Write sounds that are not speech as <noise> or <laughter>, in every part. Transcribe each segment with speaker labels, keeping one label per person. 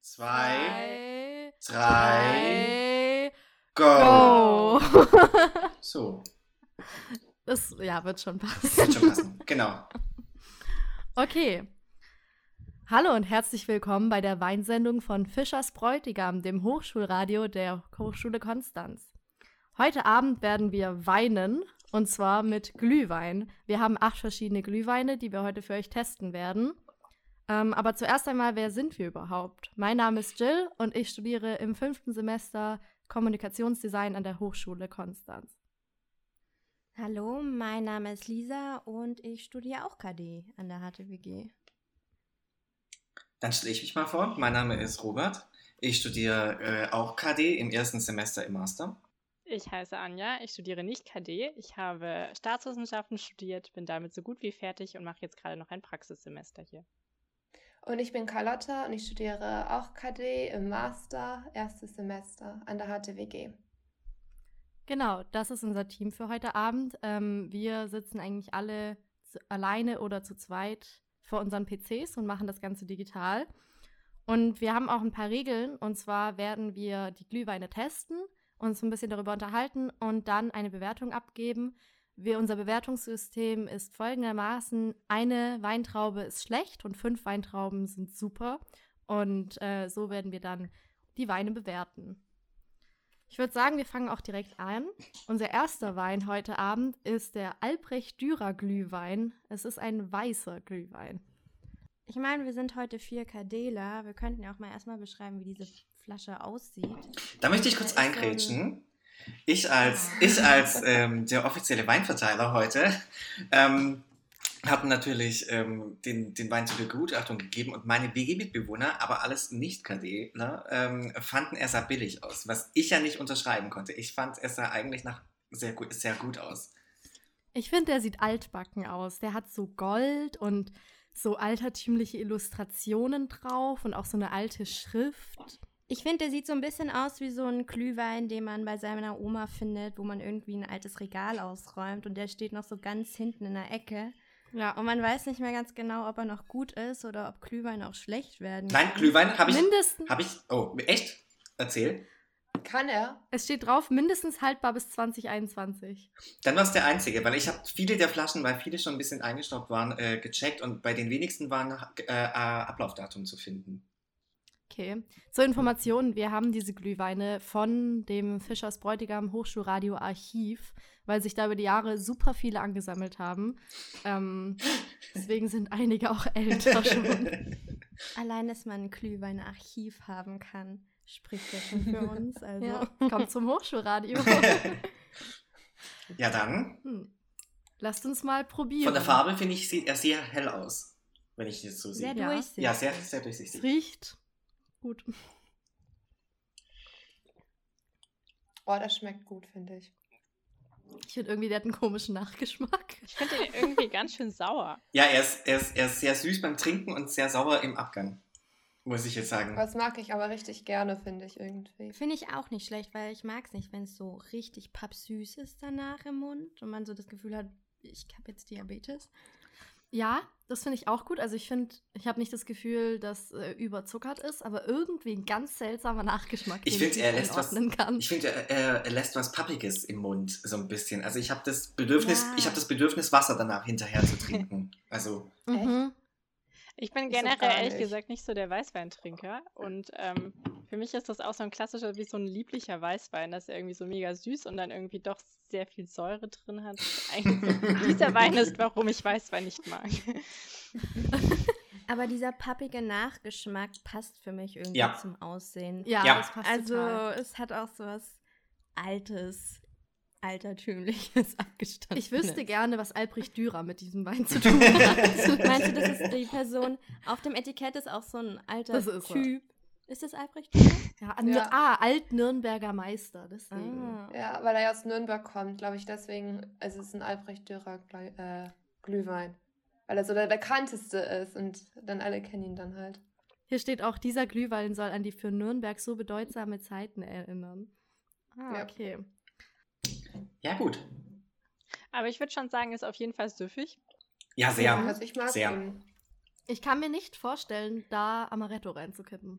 Speaker 1: zwei,
Speaker 2: Drei. drei,
Speaker 1: drei, go.
Speaker 2: Go.
Speaker 1: So,
Speaker 2: Das, ja, wird schon
Speaker 1: <laughs> wird
Speaker 2: passen.
Speaker 1: schon passen. Genau.
Speaker 2: Okay. Hallo und herzlich willkommen bei der Weinsendung von Fischers Bräutigam, dem Hochschulradio der Hochschule Konstanz. Heute Abend werden wir weinen und zwar mit Glühwein. Wir haben acht verschiedene Glühweine, die wir heute für euch testen werden. Ähm, aber zuerst einmal, wer sind wir überhaupt? Mein Name ist Jill und ich studiere im fünften Semester Kommunikationsdesign an der Hochschule Konstanz.
Speaker 3: Hallo, Um, mein Name ist Lisa und ich studiere auch KD an der HTWG.
Speaker 1: Dann stelle ich mich mal vor. Mein Name ist Robert. Ich studiere äh, auch KD im ersten Semester im Master.
Speaker 4: Ich heiße Anja, ich studiere nicht KD. Ich habe Staatswissenschaften studiert, bin damit so gut wie fertig und mache jetzt gerade noch ein Praxissemester hier.
Speaker 5: Und ich bin Carlotta und ich studiere auch KD im Master, erstes Semester an der HTWG.
Speaker 2: Genau, das ist unser Team für heute Abend. Ähm, wir sitzen eigentlich alle zu, alleine oder zu zweit vor unseren PCs und machen das Ganze digital. Und wir haben auch ein paar Regeln. Und zwar werden wir die Glühweine testen, uns ein bisschen darüber unterhalten und dann eine Bewertung abgeben. Wir, unser Bewertungssystem ist folgendermaßen: Eine Weintraube ist schlecht und fünf Weintrauben sind super. Und äh, so werden wir dann die Weine bewerten. Ich würde sagen, wir fangen auch direkt an. Unser erster Wein heute Abend ist der Albrecht Dürer Glühwein. Es ist ein weißer Glühwein.
Speaker 3: Ich meine, wir sind heute vier KDler. Wir könnten ja auch mal erstmal beschreiben, wie diese Flasche aussieht.
Speaker 1: Da möchte ich kurz
Speaker 3: Da ist so ein-
Speaker 1: eingrätschen. Ich als, ich als ähm, der offizielle Weinverteiler heute ähm, habe natürlich ähm, den, den Wein zur Begutachtung gegeben und meine WG-Mitbewohner, aber alles nicht KD, ne, ähm, fanden er sah billig aus, was ich ja nicht unterschreiben konnte. Ich fand es sah eigentlich nach sehr gut, sehr gut aus.
Speaker 2: Ich finde, der sieht altbacken aus. Der hat so Gold und so altertümliche Illustrationen drauf und auch so eine alte Schrift.
Speaker 3: Ich finde, der sieht so ein bisschen aus wie so ein Glühwein, den man bei seiner Oma findet, wo man irgendwie ein altes Regal ausräumt und der steht noch so ganz hinten in der Ecke.
Speaker 2: Ja,
Speaker 3: Und man weiß nicht mehr ganz genau, ob er noch gut ist oder ob Glühwein auch schlecht werden
Speaker 1: Nein,
Speaker 3: kann.
Speaker 1: Glühwein habe ich,
Speaker 2: mindestens,
Speaker 1: hab ich. Oh, echt? Erzähl.
Speaker 5: Kann er?
Speaker 2: es steht drauf, mindestens haltbar bis 2021.
Speaker 1: Dann war es der einzige, weil ich habe viele der Flaschen, weil viele schon ein bisschen eingestaubt waren, äh, gecheckt und bei den wenigsten waren äh, äh, Ablaufdatum zu finden.
Speaker 2: Okay. Zur Information, wir haben diese Glühweine von dem Fischers Bräutigam Hochschulradio Archiv, weil sich da über die Jahre super viele angesammelt haben.
Speaker 1: <laughs>
Speaker 2: Ähm, deswegen sind einige auch älter schon.
Speaker 3: Allein, dass man ein Glühweinarchiv haben kann, spricht ja
Speaker 2: <laughs>
Speaker 3: schon für uns. Also.
Speaker 2: Ja, kommt zum
Speaker 1: <laughs>
Speaker 2: Hochschulradio.
Speaker 1: <laughs> ja, dann.
Speaker 2: Hm. Lasst uns mal probieren.
Speaker 1: Von der Farbe finde ich, sieht er sehr hell aus, wenn ich jetzt so
Speaker 3: Sehr
Speaker 1: sehe.
Speaker 2: Ja.
Speaker 3: durchsichtig.
Speaker 1: Ja, sehr, sehr
Speaker 2: Es
Speaker 1: durchsichtig.
Speaker 2: riecht gut.
Speaker 5: Oh, das schmeckt gut, finde ich.
Speaker 2: Ich finde irgendwie, der hat einen komischen Nachgeschmack.
Speaker 4: Ich finde den
Speaker 5: <laughs>
Speaker 4: irgendwie ganz schön sauer.
Speaker 1: Ja, er ist, er, ist, er ist sehr süß beim Trinken und sehr sauer im Abgang, muss ich jetzt sagen.
Speaker 5: Das mag ich aber richtig gerne, finde ich irgendwie.
Speaker 3: Finde ich auch nicht schlecht, weil ich mag es nicht, wenn es so richtig pappsüß ist danach im Mund und man so das Gefühl hat, ich habe jetzt Diabetes.
Speaker 2: Ja, das finde ich auch gut. Also ich finde, ich habe nicht das Gefühl, dass äh, überzuckert ist, aber irgendwie ein ganz seltsamer Nachgeschmack,
Speaker 1: Ich
Speaker 2: den
Speaker 1: finde,
Speaker 2: ich
Speaker 1: er
Speaker 2: nicht
Speaker 1: lässt was-
Speaker 2: einordnen kann.
Speaker 1: Ich finde, er, er lässt was Pappiges im Mund, so ein bisschen. Also ich habe das Bedürfnis,
Speaker 3: Ja.
Speaker 1: ich habe das Bedürfnis, Wasser danach hinterher zu trinken. Also, <laughs>
Speaker 2: Mhm.
Speaker 4: Ich bin
Speaker 5: Ich so
Speaker 4: generell
Speaker 5: gar
Speaker 4: ehrlich
Speaker 5: nicht.
Speaker 4: gesagt nicht so der Weißweintrinker und ähm, für mich ist das auch so ein klassischer, wie so ein lieblicher Weißwein, dass er irgendwie so mega süß und dann irgendwie doch sehr viel Säure drin hat.
Speaker 5: <laughs>
Speaker 4: Eigentlich so, dieser Wein ist, warum ich Weißwein nicht mag.
Speaker 3: Aber dieser pappige Nachgeschmack passt für mich irgendwie
Speaker 1: Ja.
Speaker 3: zum Aussehen.
Speaker 2: Ja,
Speaker 1: Ja.
Speaker 2: das passt
Speaker 3: Also
Speaker 2: total.
Speaker 3: es hat auch so was Altes, Altertümliches <laughs> abgestanden.
Speaker 2: <laughs> Ich wüsste gerne, was Albrecht Dürer mit diesem Wein <laughs> zu tun hat.
Speaker 3: Meinst du, das ist die Person? Auf dem Etikett ist auch so ein alter
Speaker 2: Das ist er.
Speaker 3: Typ. Ist das Albrecht? Dürer?
Speaker 2: ja, an,
Speaker 5: Ja.
Speaker 2: Ah, Alt-Nürnberger Meister, deswegen.
Speaker 3: Ah.
Speaker 5: Ja, weil er ja aus Nürnberg kommt, glaube ich, deswegen also es ist ein Albrecht Dürer Glei- äh, Glühwein. Weil er so der bekannteste ist und dann alle kennen ihn dann halt.
Speaker 2: Hier steht auch, dieser Glühwein soll an die für Nürnberg so bedeutsame Zeiten erinnern. Ah,
Speaker 5: Ja.
Speaker 2: okay.
Speaker 1: ja gut.
Speaker 4: Aber ich würde schon sagen, ist auf jeden Fall süffig.
Speaker 1: Ja, sehr.
Speaker 5: Also ich mag
Speaker 1: Sehr.
Speaker 5: ihn.
Speaker 2: Ich kann mir nicht vorstellen, da Amaretto reinzukippen.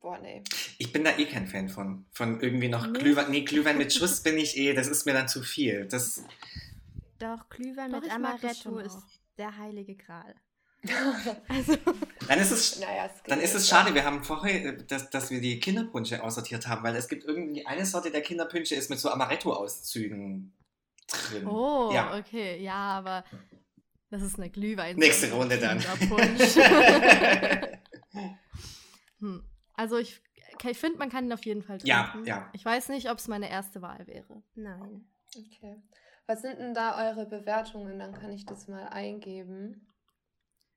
Speaker 5: Boah, nee.
Speaker 1: Ich bin da eh kein Fan von. Von irgendwie noch Glühwein. Nee, Glühwein mit Schuss bin ich eh. Das ist mir dann zu viel. Das,
Speaker 3: Doch, Glühwein
Speaker 2: Doch,
Speaker 3: mit
Speaker 2: ich mag das
Speaker 3: Amaretto
Speaker 2: schon
Speaker 3: ist
Speaker 2: auch.
Speaker 3: der heilige Gral.
Speaker 2: Also,
Speaker 1: dann ist es,
Speaker 5: naja, es geht
Speaker 1: dann ist
Speaker 5: nicht.
Speaker 1: es schade. Wir haben vorher, äh, dass, dass wir die Kinderpunsche aussortiert haben, weil es gibt irgendwie eine Sorte der Kinderpunsche ist mit so Amaretto-Auszügen drin.
Speaker 2: oh,
Speaker 1: Ja.
Speaker 2: okay, ja, aber das ist eine Glühwein.
Speaker 1: Nächste Runde
Speaker 2: <laughs>
Speaker 1: dann.
Speaker 2: Kinderpunsch. hm. Also ich, ich finde, man kann ihn auf jeden Fall
Speaker 1: Ja,
Speaker 2: trinken.
Speaker 1: ja.
Speaker 2: Ich weiß nicht, ob es meine erste Wahl wäre.
Speaker 3: Nein.
Speaker 5: Okay. Was sind denn da eure Bewertungen? Dann kann ich das mal eingeben.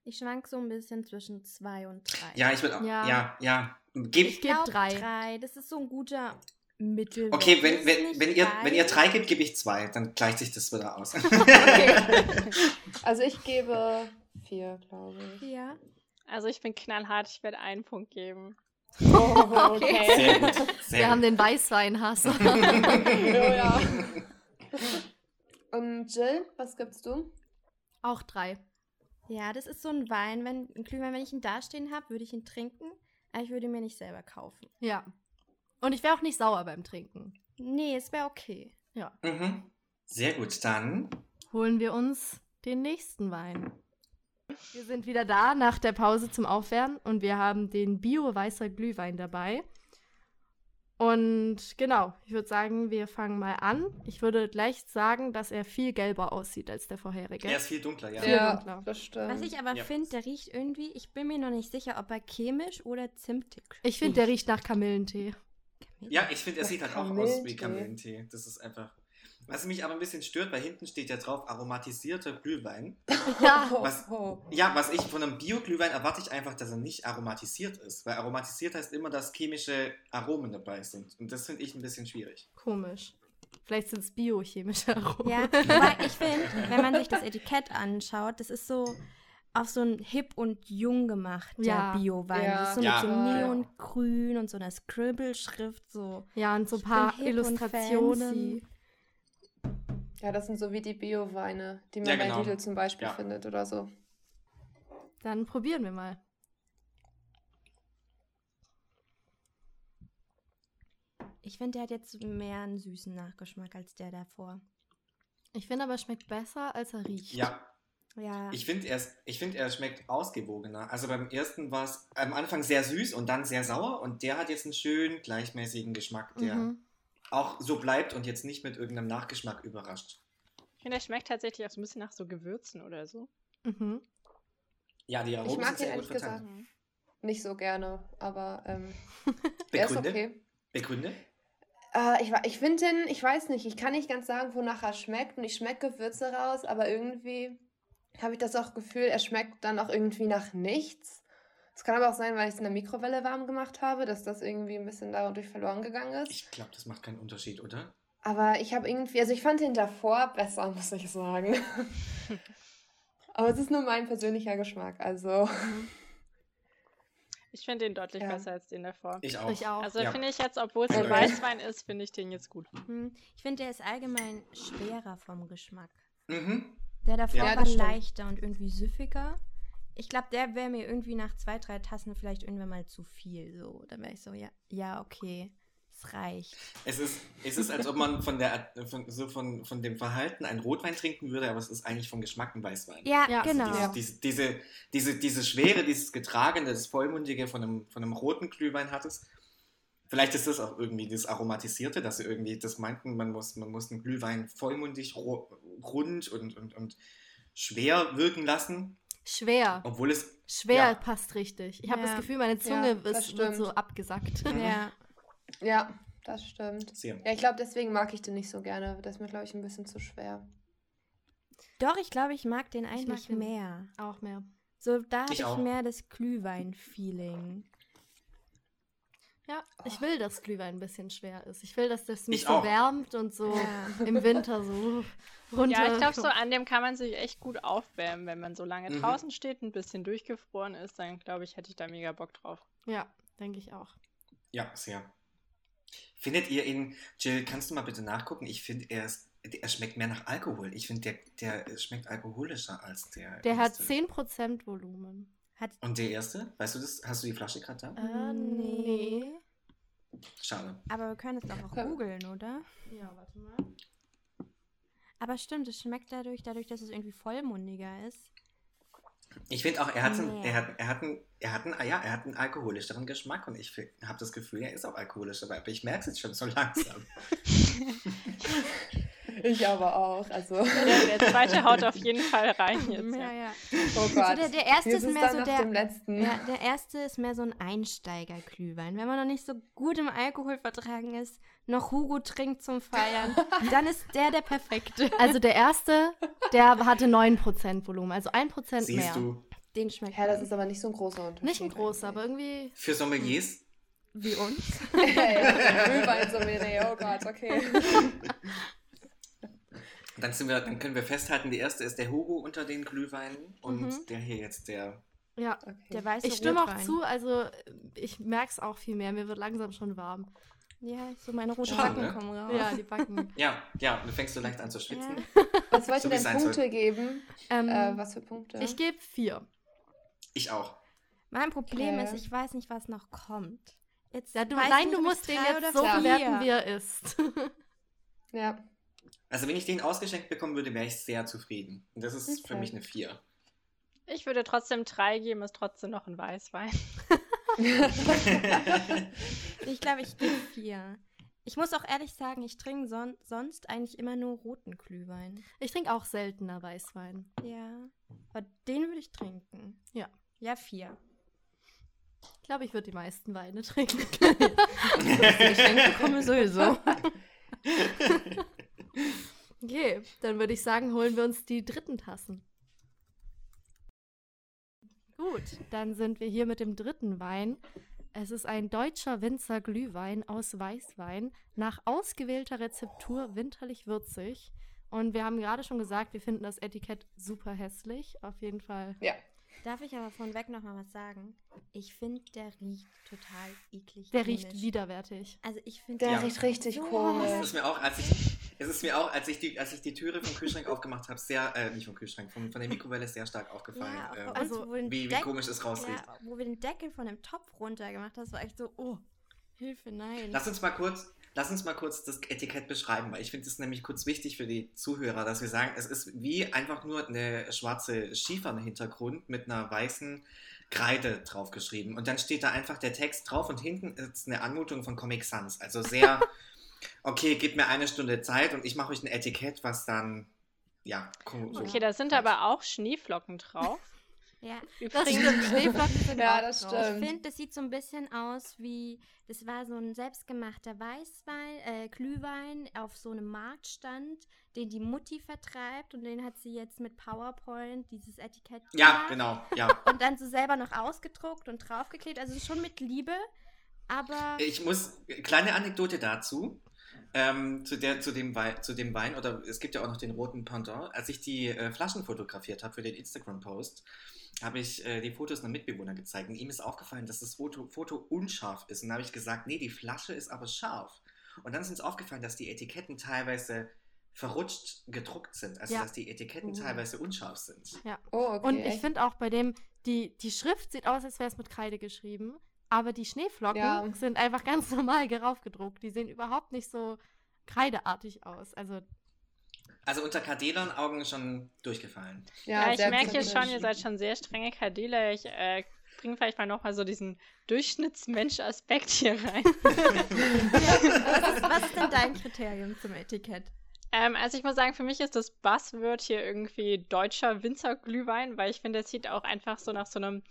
Speaker 3: Ich schwank so ein bisschen zwischen zwei und drei.
Speaker 1: <laughs> ja, ich würde auch. Ja,
Speaker 2: Ja.
Speaker 1: ja. Geb,
Speaker 2: Ich gebe
Speaker 3: glaub,
Speaker 2: drei.
Speaker 3: drei. Das ist so ein guter Mittelwert.
Speaker 1: okay, wenn,
Speaker 3: Ist
Speaker 1: wenn,
Speaker 3: nicht
Speaker 1: wenn, ihr, wenn ihr
Speaker 3: geil.
Speaker 1: drei gebt, gebe ich zwei. Dann gleicht sich das wieder aus.
Speaker 5: Also ich gebe vier, glaube ich.
Speaker 3: Ja.
Speaker 4: Also ich bin knallhart, ich werde einen Punkt geben.
Speaker 5: <laughs> okay.
Speaker 1: Sehr gut. Sehr
Speaker 2: Wir haben
Speaker 1: gut.
Speaker 2: den Weißweinhass. <laughs>
Speaker 1: <laughs>
Speaker 5: <laughs> ja. Und Jill, was gibst du?
Speaker 2: auch drei.
Speaker 3: ja, das ist so ein Wein. Wenn, ein Glühwein, wenn ich ihn dastehen habe, würde ich ihn trinken, aber ich würde ihn mir nicht selber kaufen.
Speaker 2: Ja. Und ich wäre auch nicht sauer beim Trinken.
Speaker 3: Nee, es wäre okay.
Speaker 1: Mhm. Sehr gut, dann.
Speaker 2: Holen wir uns den nächsten Wein. Wir sind wieder da nach der Pause zum Aufwärmen und wir haben den Bio-Weißer Glühwein dabei. Und genau, ich würde sagen, wir fangen mal an. Ich würde gleich sagen, dass er viel gelber aussieht als der vorherige.
Speaker 1: Er ist viel dunkler, ja.
Speaker 2: Viel Ja. dunkler.
Speaker 5: das stimmt.
Speaker 3: Was ich aber
Speaker 1: Ähm, Ja.
Speaker 3: finde, der riecht irgendwie, ich bin mir noch nicht sicher, ob er chemisch oder zimtig
Speaker 2: Ich finde, der riecht nach
Speaker 1: <laughs>
Speaker 2: Kamillentee.
Speaker 1: Ja, ich finde, er
Speaker 5: Das
Speaker 1: sieht halt auch aus wie Kamillentee. Das ist einfach. Was mich aber ein bisschen stört, weil hinten steht ja drauf aromatisierter Glühwein.
Speaker 2: Ja,
Speaker 1: was- Ja, was ich von einem Bio-Glühwein erwarte, ich einfach, dass er nicht aromatisiert ist. Weil aromatisiert heißt immer, dass chemische Aromen dabei sind. Und das finde ich ein bisschen schwierig.
Speaker 2: komisch. Vielleicht sind es biochemische
Speaker 3: <laughs>
Speaker 2: Aromen.
Speaker 3: Ja, aber ich finde, wenn man sich das Etikett anschaut, das ist so auf so ein hip und jung gemacht, der
Speaker 2: Ja.
Speaker 3: Bio-Wein.
Speaker 5: Ja.
Speaker 3: Das ist so
Speaker 1: Ja.
Speaker 3: mit so
Speaker 5: Ja.
Speaker 3: Neongrün und so einer Scribble-Schrift, so.
Speaker 2: Ja, und so ein
Speaker 3: Ich
Speaker 2: paar
Speaker 3: bin hip und
Speaker 2: Illustrationen.
Speaker 3: fancy.
Speaker 5: Ja, das sind so wie die Bio-Weine, die man
Speaker 1: Ja, genau.
Speaker 5: bei Lidl zum Beispiel
Speaker 1: Ja.
Speaker 5: findet oder so.
Speaker 2: Dann probieren wir mal.
Speaker 3: Ich finde, der hat jetzt mehr einen süßen Nachgeschmack als der davor.
Speaker 2: Ich finde aber, es schmeckt besser, als er riecht.
Speaker 1: Ja,
Speaker 3: Ja,
Speaker 1: ich finde, er, ist- ich find, er schmeckt ausgewogener. Also beim ersten war es am Anfang sehr süß und dann sehr sauer. Und der hat jetzt einen schönen, gleichmäßigen Geschmack, der
Speaker 2: Mhm.
Speaker 1: auch so bleibt und jetzt nicht mit irgendeinem Nachgeschmack überrascht.
Speaker 4: Ich finde, der schmeckt tatsächlich auch so ein bisschen nach so Gewürzen oder so.
Speaker 2: Mhm.
Speaker 1: Ja, die Aromen
Speaker 5: mag
Speaker 1: sind
Speaker 5: ihn
Speaker 1: sehr gut
Speaker 5: ehrlich
Speaker 1: verteilt.
Speaker 5: Nicht so gerne, aber ähm, er ist
Speaker 1: Begründe?
Speaker 5: okay.
Speaker 1: Begründe?
Speaker 5: Äh, ich wa- ich finde den, ich weiß nicht, ich kann nicht ganz sagen, wonach er schmeckt und ich schmecke Gewürze raus, aber irgendwie habe ich das auch Gefühl, er schmeckt dann auch irgendwie nach nichts. Es kann aber auch sein, weil ich es in der Mikrowelle warm gemacht habe, dass das irgendwie ein bisschen dadurch verloren gegangen ist.
Speaker 1: Ich glaube, das macht keinen Unterschied, oder?
Speaker 5: Aber ich habe irgendwie, also ich fand den davor besser, <laughs> muss ich sagen. aber es ist nur mein persönlicher Geschmack, also.
Speaker 4: Ich finde den deutlich
Speaker 5: Ja.
Speaker 4: besser als den davor.
Speaker 1: Ich auch.
Speaker 2: Ich auch.
Speaker 4: Also
Speaker 1: Ja.
Speaker 4: finde ich jetzt, obwohl es
Speaker 5: Okay.
Speaker 4: ein Weißwein ist, finde ich den jetzt gut.
Speaker 3: hm. ich finde, der ist allgemein schwerer vom Geschmack.
Speaker 1: Mhm.
Speaker 3: Der davor
Speaker 1: Ja,
Speaker 3: war
Speaker 5: das stimmt.
Speaker 3: leichter und irgendwie süffiger. Ich glaube, der wäre mir irgendwie nach zwei, drei Tassen vielleicht irgendwann mal zu viel. So, dann wäre ich so, ja, ja, okay, es reicht.
Speaker 1: Es ist, es ist, als ob man von, der, von, so von, von dem Verhalten einen Rotwein trinken würde, aber es ist eigentlich vom Geschmack ein Weißwein.
Speaker 3: Ja,
Speaker 2: Ja.
Speaker 3: genau.
Speaker 1: Diese, diese, diese, diese, diese Schwere, dieses Getragene, das Vollmundige von einem, von einem roten Glühwein hat es. Vielleicht ist das auch irgendwie das Aromatisierte, dass sie irgendwie das meinten, man muss, man muss einen Glühwein vollmundig, ro- rund und, und, und schwer wirken lassen,
Speaker 2: Schwer.
Speaker 1: obwohl es
Speaker 2: Schwer
Speaker 1: Oh. Ja.
Speaker 2: passt richtig. Ich habe
Speaker 3: Ja.
Speaker 2: das Gefühl, meine Zunge
Speaker 5: Ja, das
Speaker 2: ist, wird so
Speaker 5: stimmt.
Speaker 2: abgesackt. <laughs>
Speaker 3: Ja.
Speaker 5: Ja, das stimmt.
Speaker 1: sehr.
Speaker 5: Ja, ich glaube, deswegen mag ich den nicht so gerne. Das ist mir, glaube ich, ein bisschen zu schwer.
Speaker 3: Doch, ich glaube, ich mag den
Speaker 2: mag
Speaker 3: eigentlich
Speaker 2: den.
Speaker 3: mehr.
Speaker 2: Auch mehr.
Speaker 3: So, da habe
Speaker 1: Ich
Speaker 3: ich,
Speaker 1: auch.
Speaker 3: mehr das Glühwein-Feeling.
Speaker 2: Ja, ich will, dass Glühwein ein bisschen schwer ist. Ich will, dass das mich
Speaker 1: Ich
Speaker 2: so
Speaker 1: auch.
Speaker 2: wärmt und so <laughs>
Speaker 3: Ja.
Speaker 2: im Winter so runter.
Speaker 4: Ja, ich glaube, so an dem kann man sich echt gut aufwärmen, wenn man so lange
Speaker 1: Mhm.
Speaker 4: draußen steht, ein bisschen durchgefroren ist, dann glaube ich, hätte ich da mega Bock drauf.
Speaker 2: Ja, denke ich auch.
Speaker 1: Ja, sehr. Findet ihr ihn, Jill, kannst du mal bitte nachgucken? Ich finde, er, ist- er schmeckt mehr nach Alkohol. Ich finde, der, der schmeckt alkoholischer als der.
Speaker 2: Der hat
Speaker 1: erste.
Speaker 2: 10% Volumen.
Speaker 3: Hat,
Speaker 1: Und der erste? Weißt du das? Hast du die Flasche gerade da?
Speaker 2: Äh,
Speaker 3: Hm,
Speaker 2: nee.
Speaker 1: Schade.
Speaker 3: Ah, Aber wir können es doch auch
Speaker 5: Ja.
Speaker 3: googeln, oder?
Speaker 2: Ja, warte mal.
Speaker 3: Aber stimmt, es schmeckt dadurch, dadurch, dass es irgendwie vollmundiger ist.
Speaker 1: Ich finde auch, er hat, einen,
Speaker 3: Nee.
Speaker 1: er, hat, er, hat einen, er, hat einen, ah ja, er hat einen alkoholischeren Geschmack und ich habe das Gefühl, er ist auch alkoholisch, aber ich merke es jetzt schon so <laughs> langsam.
Speaker 5: Ich aber auch. Also, <laughs>
Speaker 4: Der, der zweite haut auf jeden Fall rein jetzt. Ja.
Speaker 3: Ja, ja.
Speaker 5: oh Gott.
Speaker 3: der- der erste
Speaker 5: Mir
Speaker 3: ist
Speaker 5: es
Speaker 3: mehr
Speaker 5: dann
Speaker 3: so
Speaker 5: nach
Speaker 3: der-
Speaker 5: dem letzten.
Speaker 3: Ja, der erste ist mehr so ein Einsteigerglühwein. Wenn man noch nicht so gut im Alkohol vertragen ist, noch Hugo trinkt zum
Speaker 2: <laughs>
Speaker 3: Feiern, dann ist der der perfekte.
Speaker 2: Also der erste, der hatte 9% Volumen, also 1%
Speaker 1: Siehst
Speaker 2: mehr.
Speaker 1: du,
Speaker 3: Den schmeckt
Speaker 5: Ja, das
Speaker 3: man.
Speaker 5: ist aber nicht so ein großer Unterschied.
Speaker 2: Nicht ein großer, aber
Speaker 5: eigentlich.
Speaker 2: irgendwie
Speaker 1: für Sommeliers,
Speaker 2: wie uns.
Speaker 5: Hey, Glühweinsommelier, oh Gott, okay.
Speaker 1: dann, sind wir, dann können wir festhalten, der erste ist der Hugo unter den Glühweinen und der hier jetzt der.
Speaker 2: Ja.
Speaker 3: der
Speaker 5: okay.
Speaker 3: weiße
Speaker 2: Ich stimme auch
Speaker 3: Rotwein.
Speaker 2: zu, also ich merke es auch viel mehr. Mir wird langsam schon warm.
Speaker 3: Ja, so meine roten
Speaker 1: Schade,
Speaker 3: Backen
Speaker 1: ne?
Speaker 3: kommen raus.
Speaker 2: Ja, die
Speaker 1: <laughs>
Speaker 2: Backen.
Speaker 1: Ja, ja, du fängst so leicht an zu schwitzen.
Speaker 5: Was wollt
Speaker 1: So
Speaker 5: ihr
Speaker 1: wie es
Speaker 5: denn
Speaker 1: sein soll.
Speaker 5: Punkte geben?
Speaker 2: Ähm,
Speaker 5: Äh, was für Punkte?
Speaker 2: Ich gebe vier.
Speaker 1: Ich auch.
Speaker 3: Mein Problem
Speaker 5: Okay.
Speaker 3: ist, ich weiß nicht, was noch kommt. Jetzt
Speaker 2: Ja, du,
Speaker 3: weiß ich
Speaker 2: nein,
Speaker 3: nicht,
Speaker 2: du
Speaker 3: ob
Speaker 2: musst den
Speaker 3: ich drei
Speaker 2: jetzt
Speaker 3: oder
Speaker 2: so
Speaker 3: vier-
Speaker 2: bewerten, wie er ist. <laughs>
Speaker 5: ja.
Speaker 1: Also, wenn ich den ausgeschenkt bekommen würde, wäre ich sehr zufrieden. Und das ist für
Speaker 5: Okay.
Speaker 1: mich eine 4.
Speaker 4: Ich würde trotzdem drei geben, ist trotzdem noch ein Weißwein.
Speaker 3: Ich glaube, ich gebe vier. Ich muss auch ehrlich sagen, ich trinke son sonst eigentlich immer nur roten Glühwein.
Speaker 2: Ich trinke auch seltener Weißwein.
Speaker 3: Ja. Aber den würde ich trinken.
Speaker 2: Ja.
Speaker 3: Ja, vier.
Speaker 2: Ich glaube, ich würde die meisten Weine trinken.
Speaker 3: Ich komme sowieso.
Speaker 2: okay, dann würde ich sagen, holen wir uns die dritten Tassen. Gut, dann sind wir hier mit dem dritten Wein. Es ist ein deutscher Winzer Glühwein aus Weißwein, nach ausgewählter Rezeptur winterlich würzig. Und wir haben gerade schon gesagt, wir finden das Etikett super hässlich. Auf jeden Fall
Speaker 5: ja.
Speaker 3: <laughs> Darf ich aber von weg nochmal was sagen? Ich finde, der riecht total eklig.
Speaker 2: Der riecht
Speaker 3: komisch.
Speaker 2: widerwärtig.
Speaker 3: Also ich finde,
Speaker 5: Der
Speaker 1: Ja.
Speaker 5: riecht richtig
Speaker 3: Ja.
Speaker 1: Es
Speaker 5: komisch.
Speaker 1: ist mir auch, als ich, es ist mir auch, als ich die, als ich die Türe vom
Speaker 3: <laughs>
Speaker 1: Kühlschrank aufgemacht habe, sehr, äh, nicht vom Kühlschrank, von, von der Mikrowelle sehr stark aufgefallen.
Speaker 3: ja, auch bei
Speaker 1: ähm,
Speaker 3: uns,
Speaker 2: also
Speaker 3: wo wir den
Speaker 1: wie, wie
Speaker 3: Deck-
Speaker 1: komisch es rausriecht.
Speaker 3: ja, wo wir den Deckel von dem Topf runter gemacht haben, das war echt so, oh, Hilfe, nein.
Speaker 1: Lass uns mal kurz, lass uns mal kurz das Etikett beschreiben, weil ich finde es nämlich kurz wichtig für die Zuhörer, dass wir sagen, es ist wie einfach nur eine schwarze Schieferne Hintergrund mit einer weißen Kreide draufgeschrieben und dann steht da einfach der Text drauf und hinten ist eine Anmutung von Comic Sans, also sehr okay, gebt mir eine Stunde Zeit und ich mache euch ein Etikett, was dann ja, ko- so-
Speaker 4: Okay, da sind aber auch Schneeflocken drauf.
Speaker 3: ja,
Speaker 2: Das
Speaker 4: Übrigens,
Speaker 2: stimmt, Schneeflocken sind
Speaker 5: Ja,
Speaker 2: auch
Speaker 5: das
Speaker 2: drauf.
Speaker 5: stimmt.
Speaker 3: ich finde, das sieht so ein bisschen aus wie, das war so ein selbstgemachter Weißwein, äh, Glühwein auf so einem Marktstand, den die Mutti vertreibt und den hat sie jetzt mit PowerPoint dieses Etikett
Speaker 1: Ja,
Speaker 3: gemacht.
Speaker 1: genau, ja.
Speaker 3: und dann so selber noch ausgedruckt und draufgeklebt. Also schon mit Liebe, aber
Speaker 1: Ich muss, kleine Anekdote dazu, ähm, zu, der, zu, dem Wei- zu dem Wein, oder es gibt ja auch noch den roten Pendant. Als ich die äh, Flaschen fotografiert habe für den Instagram-Post, habe ich äh, die Fotos einem Mitbewohner gezeigt. Und ihm ist aufgefallen, dass das Foto, Foto unscharf ist. Und dann habe ich gesagt, nee, die Flasche ist aber scharf. Und dann ist uns aufgefallen, dass die Etiketten teilweise verrutscht gedruckt sind. Also,
Speaker 2: Ja.
Speaker 1: dass die Etiketten
Speaker 2: Uh.
Speaker 1: teilweise unscharf sind.
Speaker 5: Oh, okay.
Speaker 2: Und ich finde auch bei dem, die, die Schrift sieht aus, als wäre es mit Kreide geschrieben, aber die Schneeflocken
Speaker 5: Ja.
Speaker 2: sind einfach ganz <laughs> normal geraufgedruckt. Die sehen überhaupt nicht so kreideartig aus. Also
Speaker 1: Also, unter Kardelern Augen schon durchgefallen.
Speaker 4: ja, ich
Speaker 5: sehr
Speaker 4: merke hier
Speaker 5: kritisch.
Speaker 4: schon, ihr seid schon sehr strenge Kadeler. Ich äh, bringe vielleicht mal nochmal so diesen Durchschnittsmensch-Aspekt hier rein.
Speaker 3: <laughs> was, ist, was ist denn dein Kriterium zum Etikett?
Speaker 4: Ähm, also ich muss sagen, für mich ist das Buzzword hier irgendwie deutscher Winzerglühwein, weil ich finde, es sieht auch einfach so nach so einem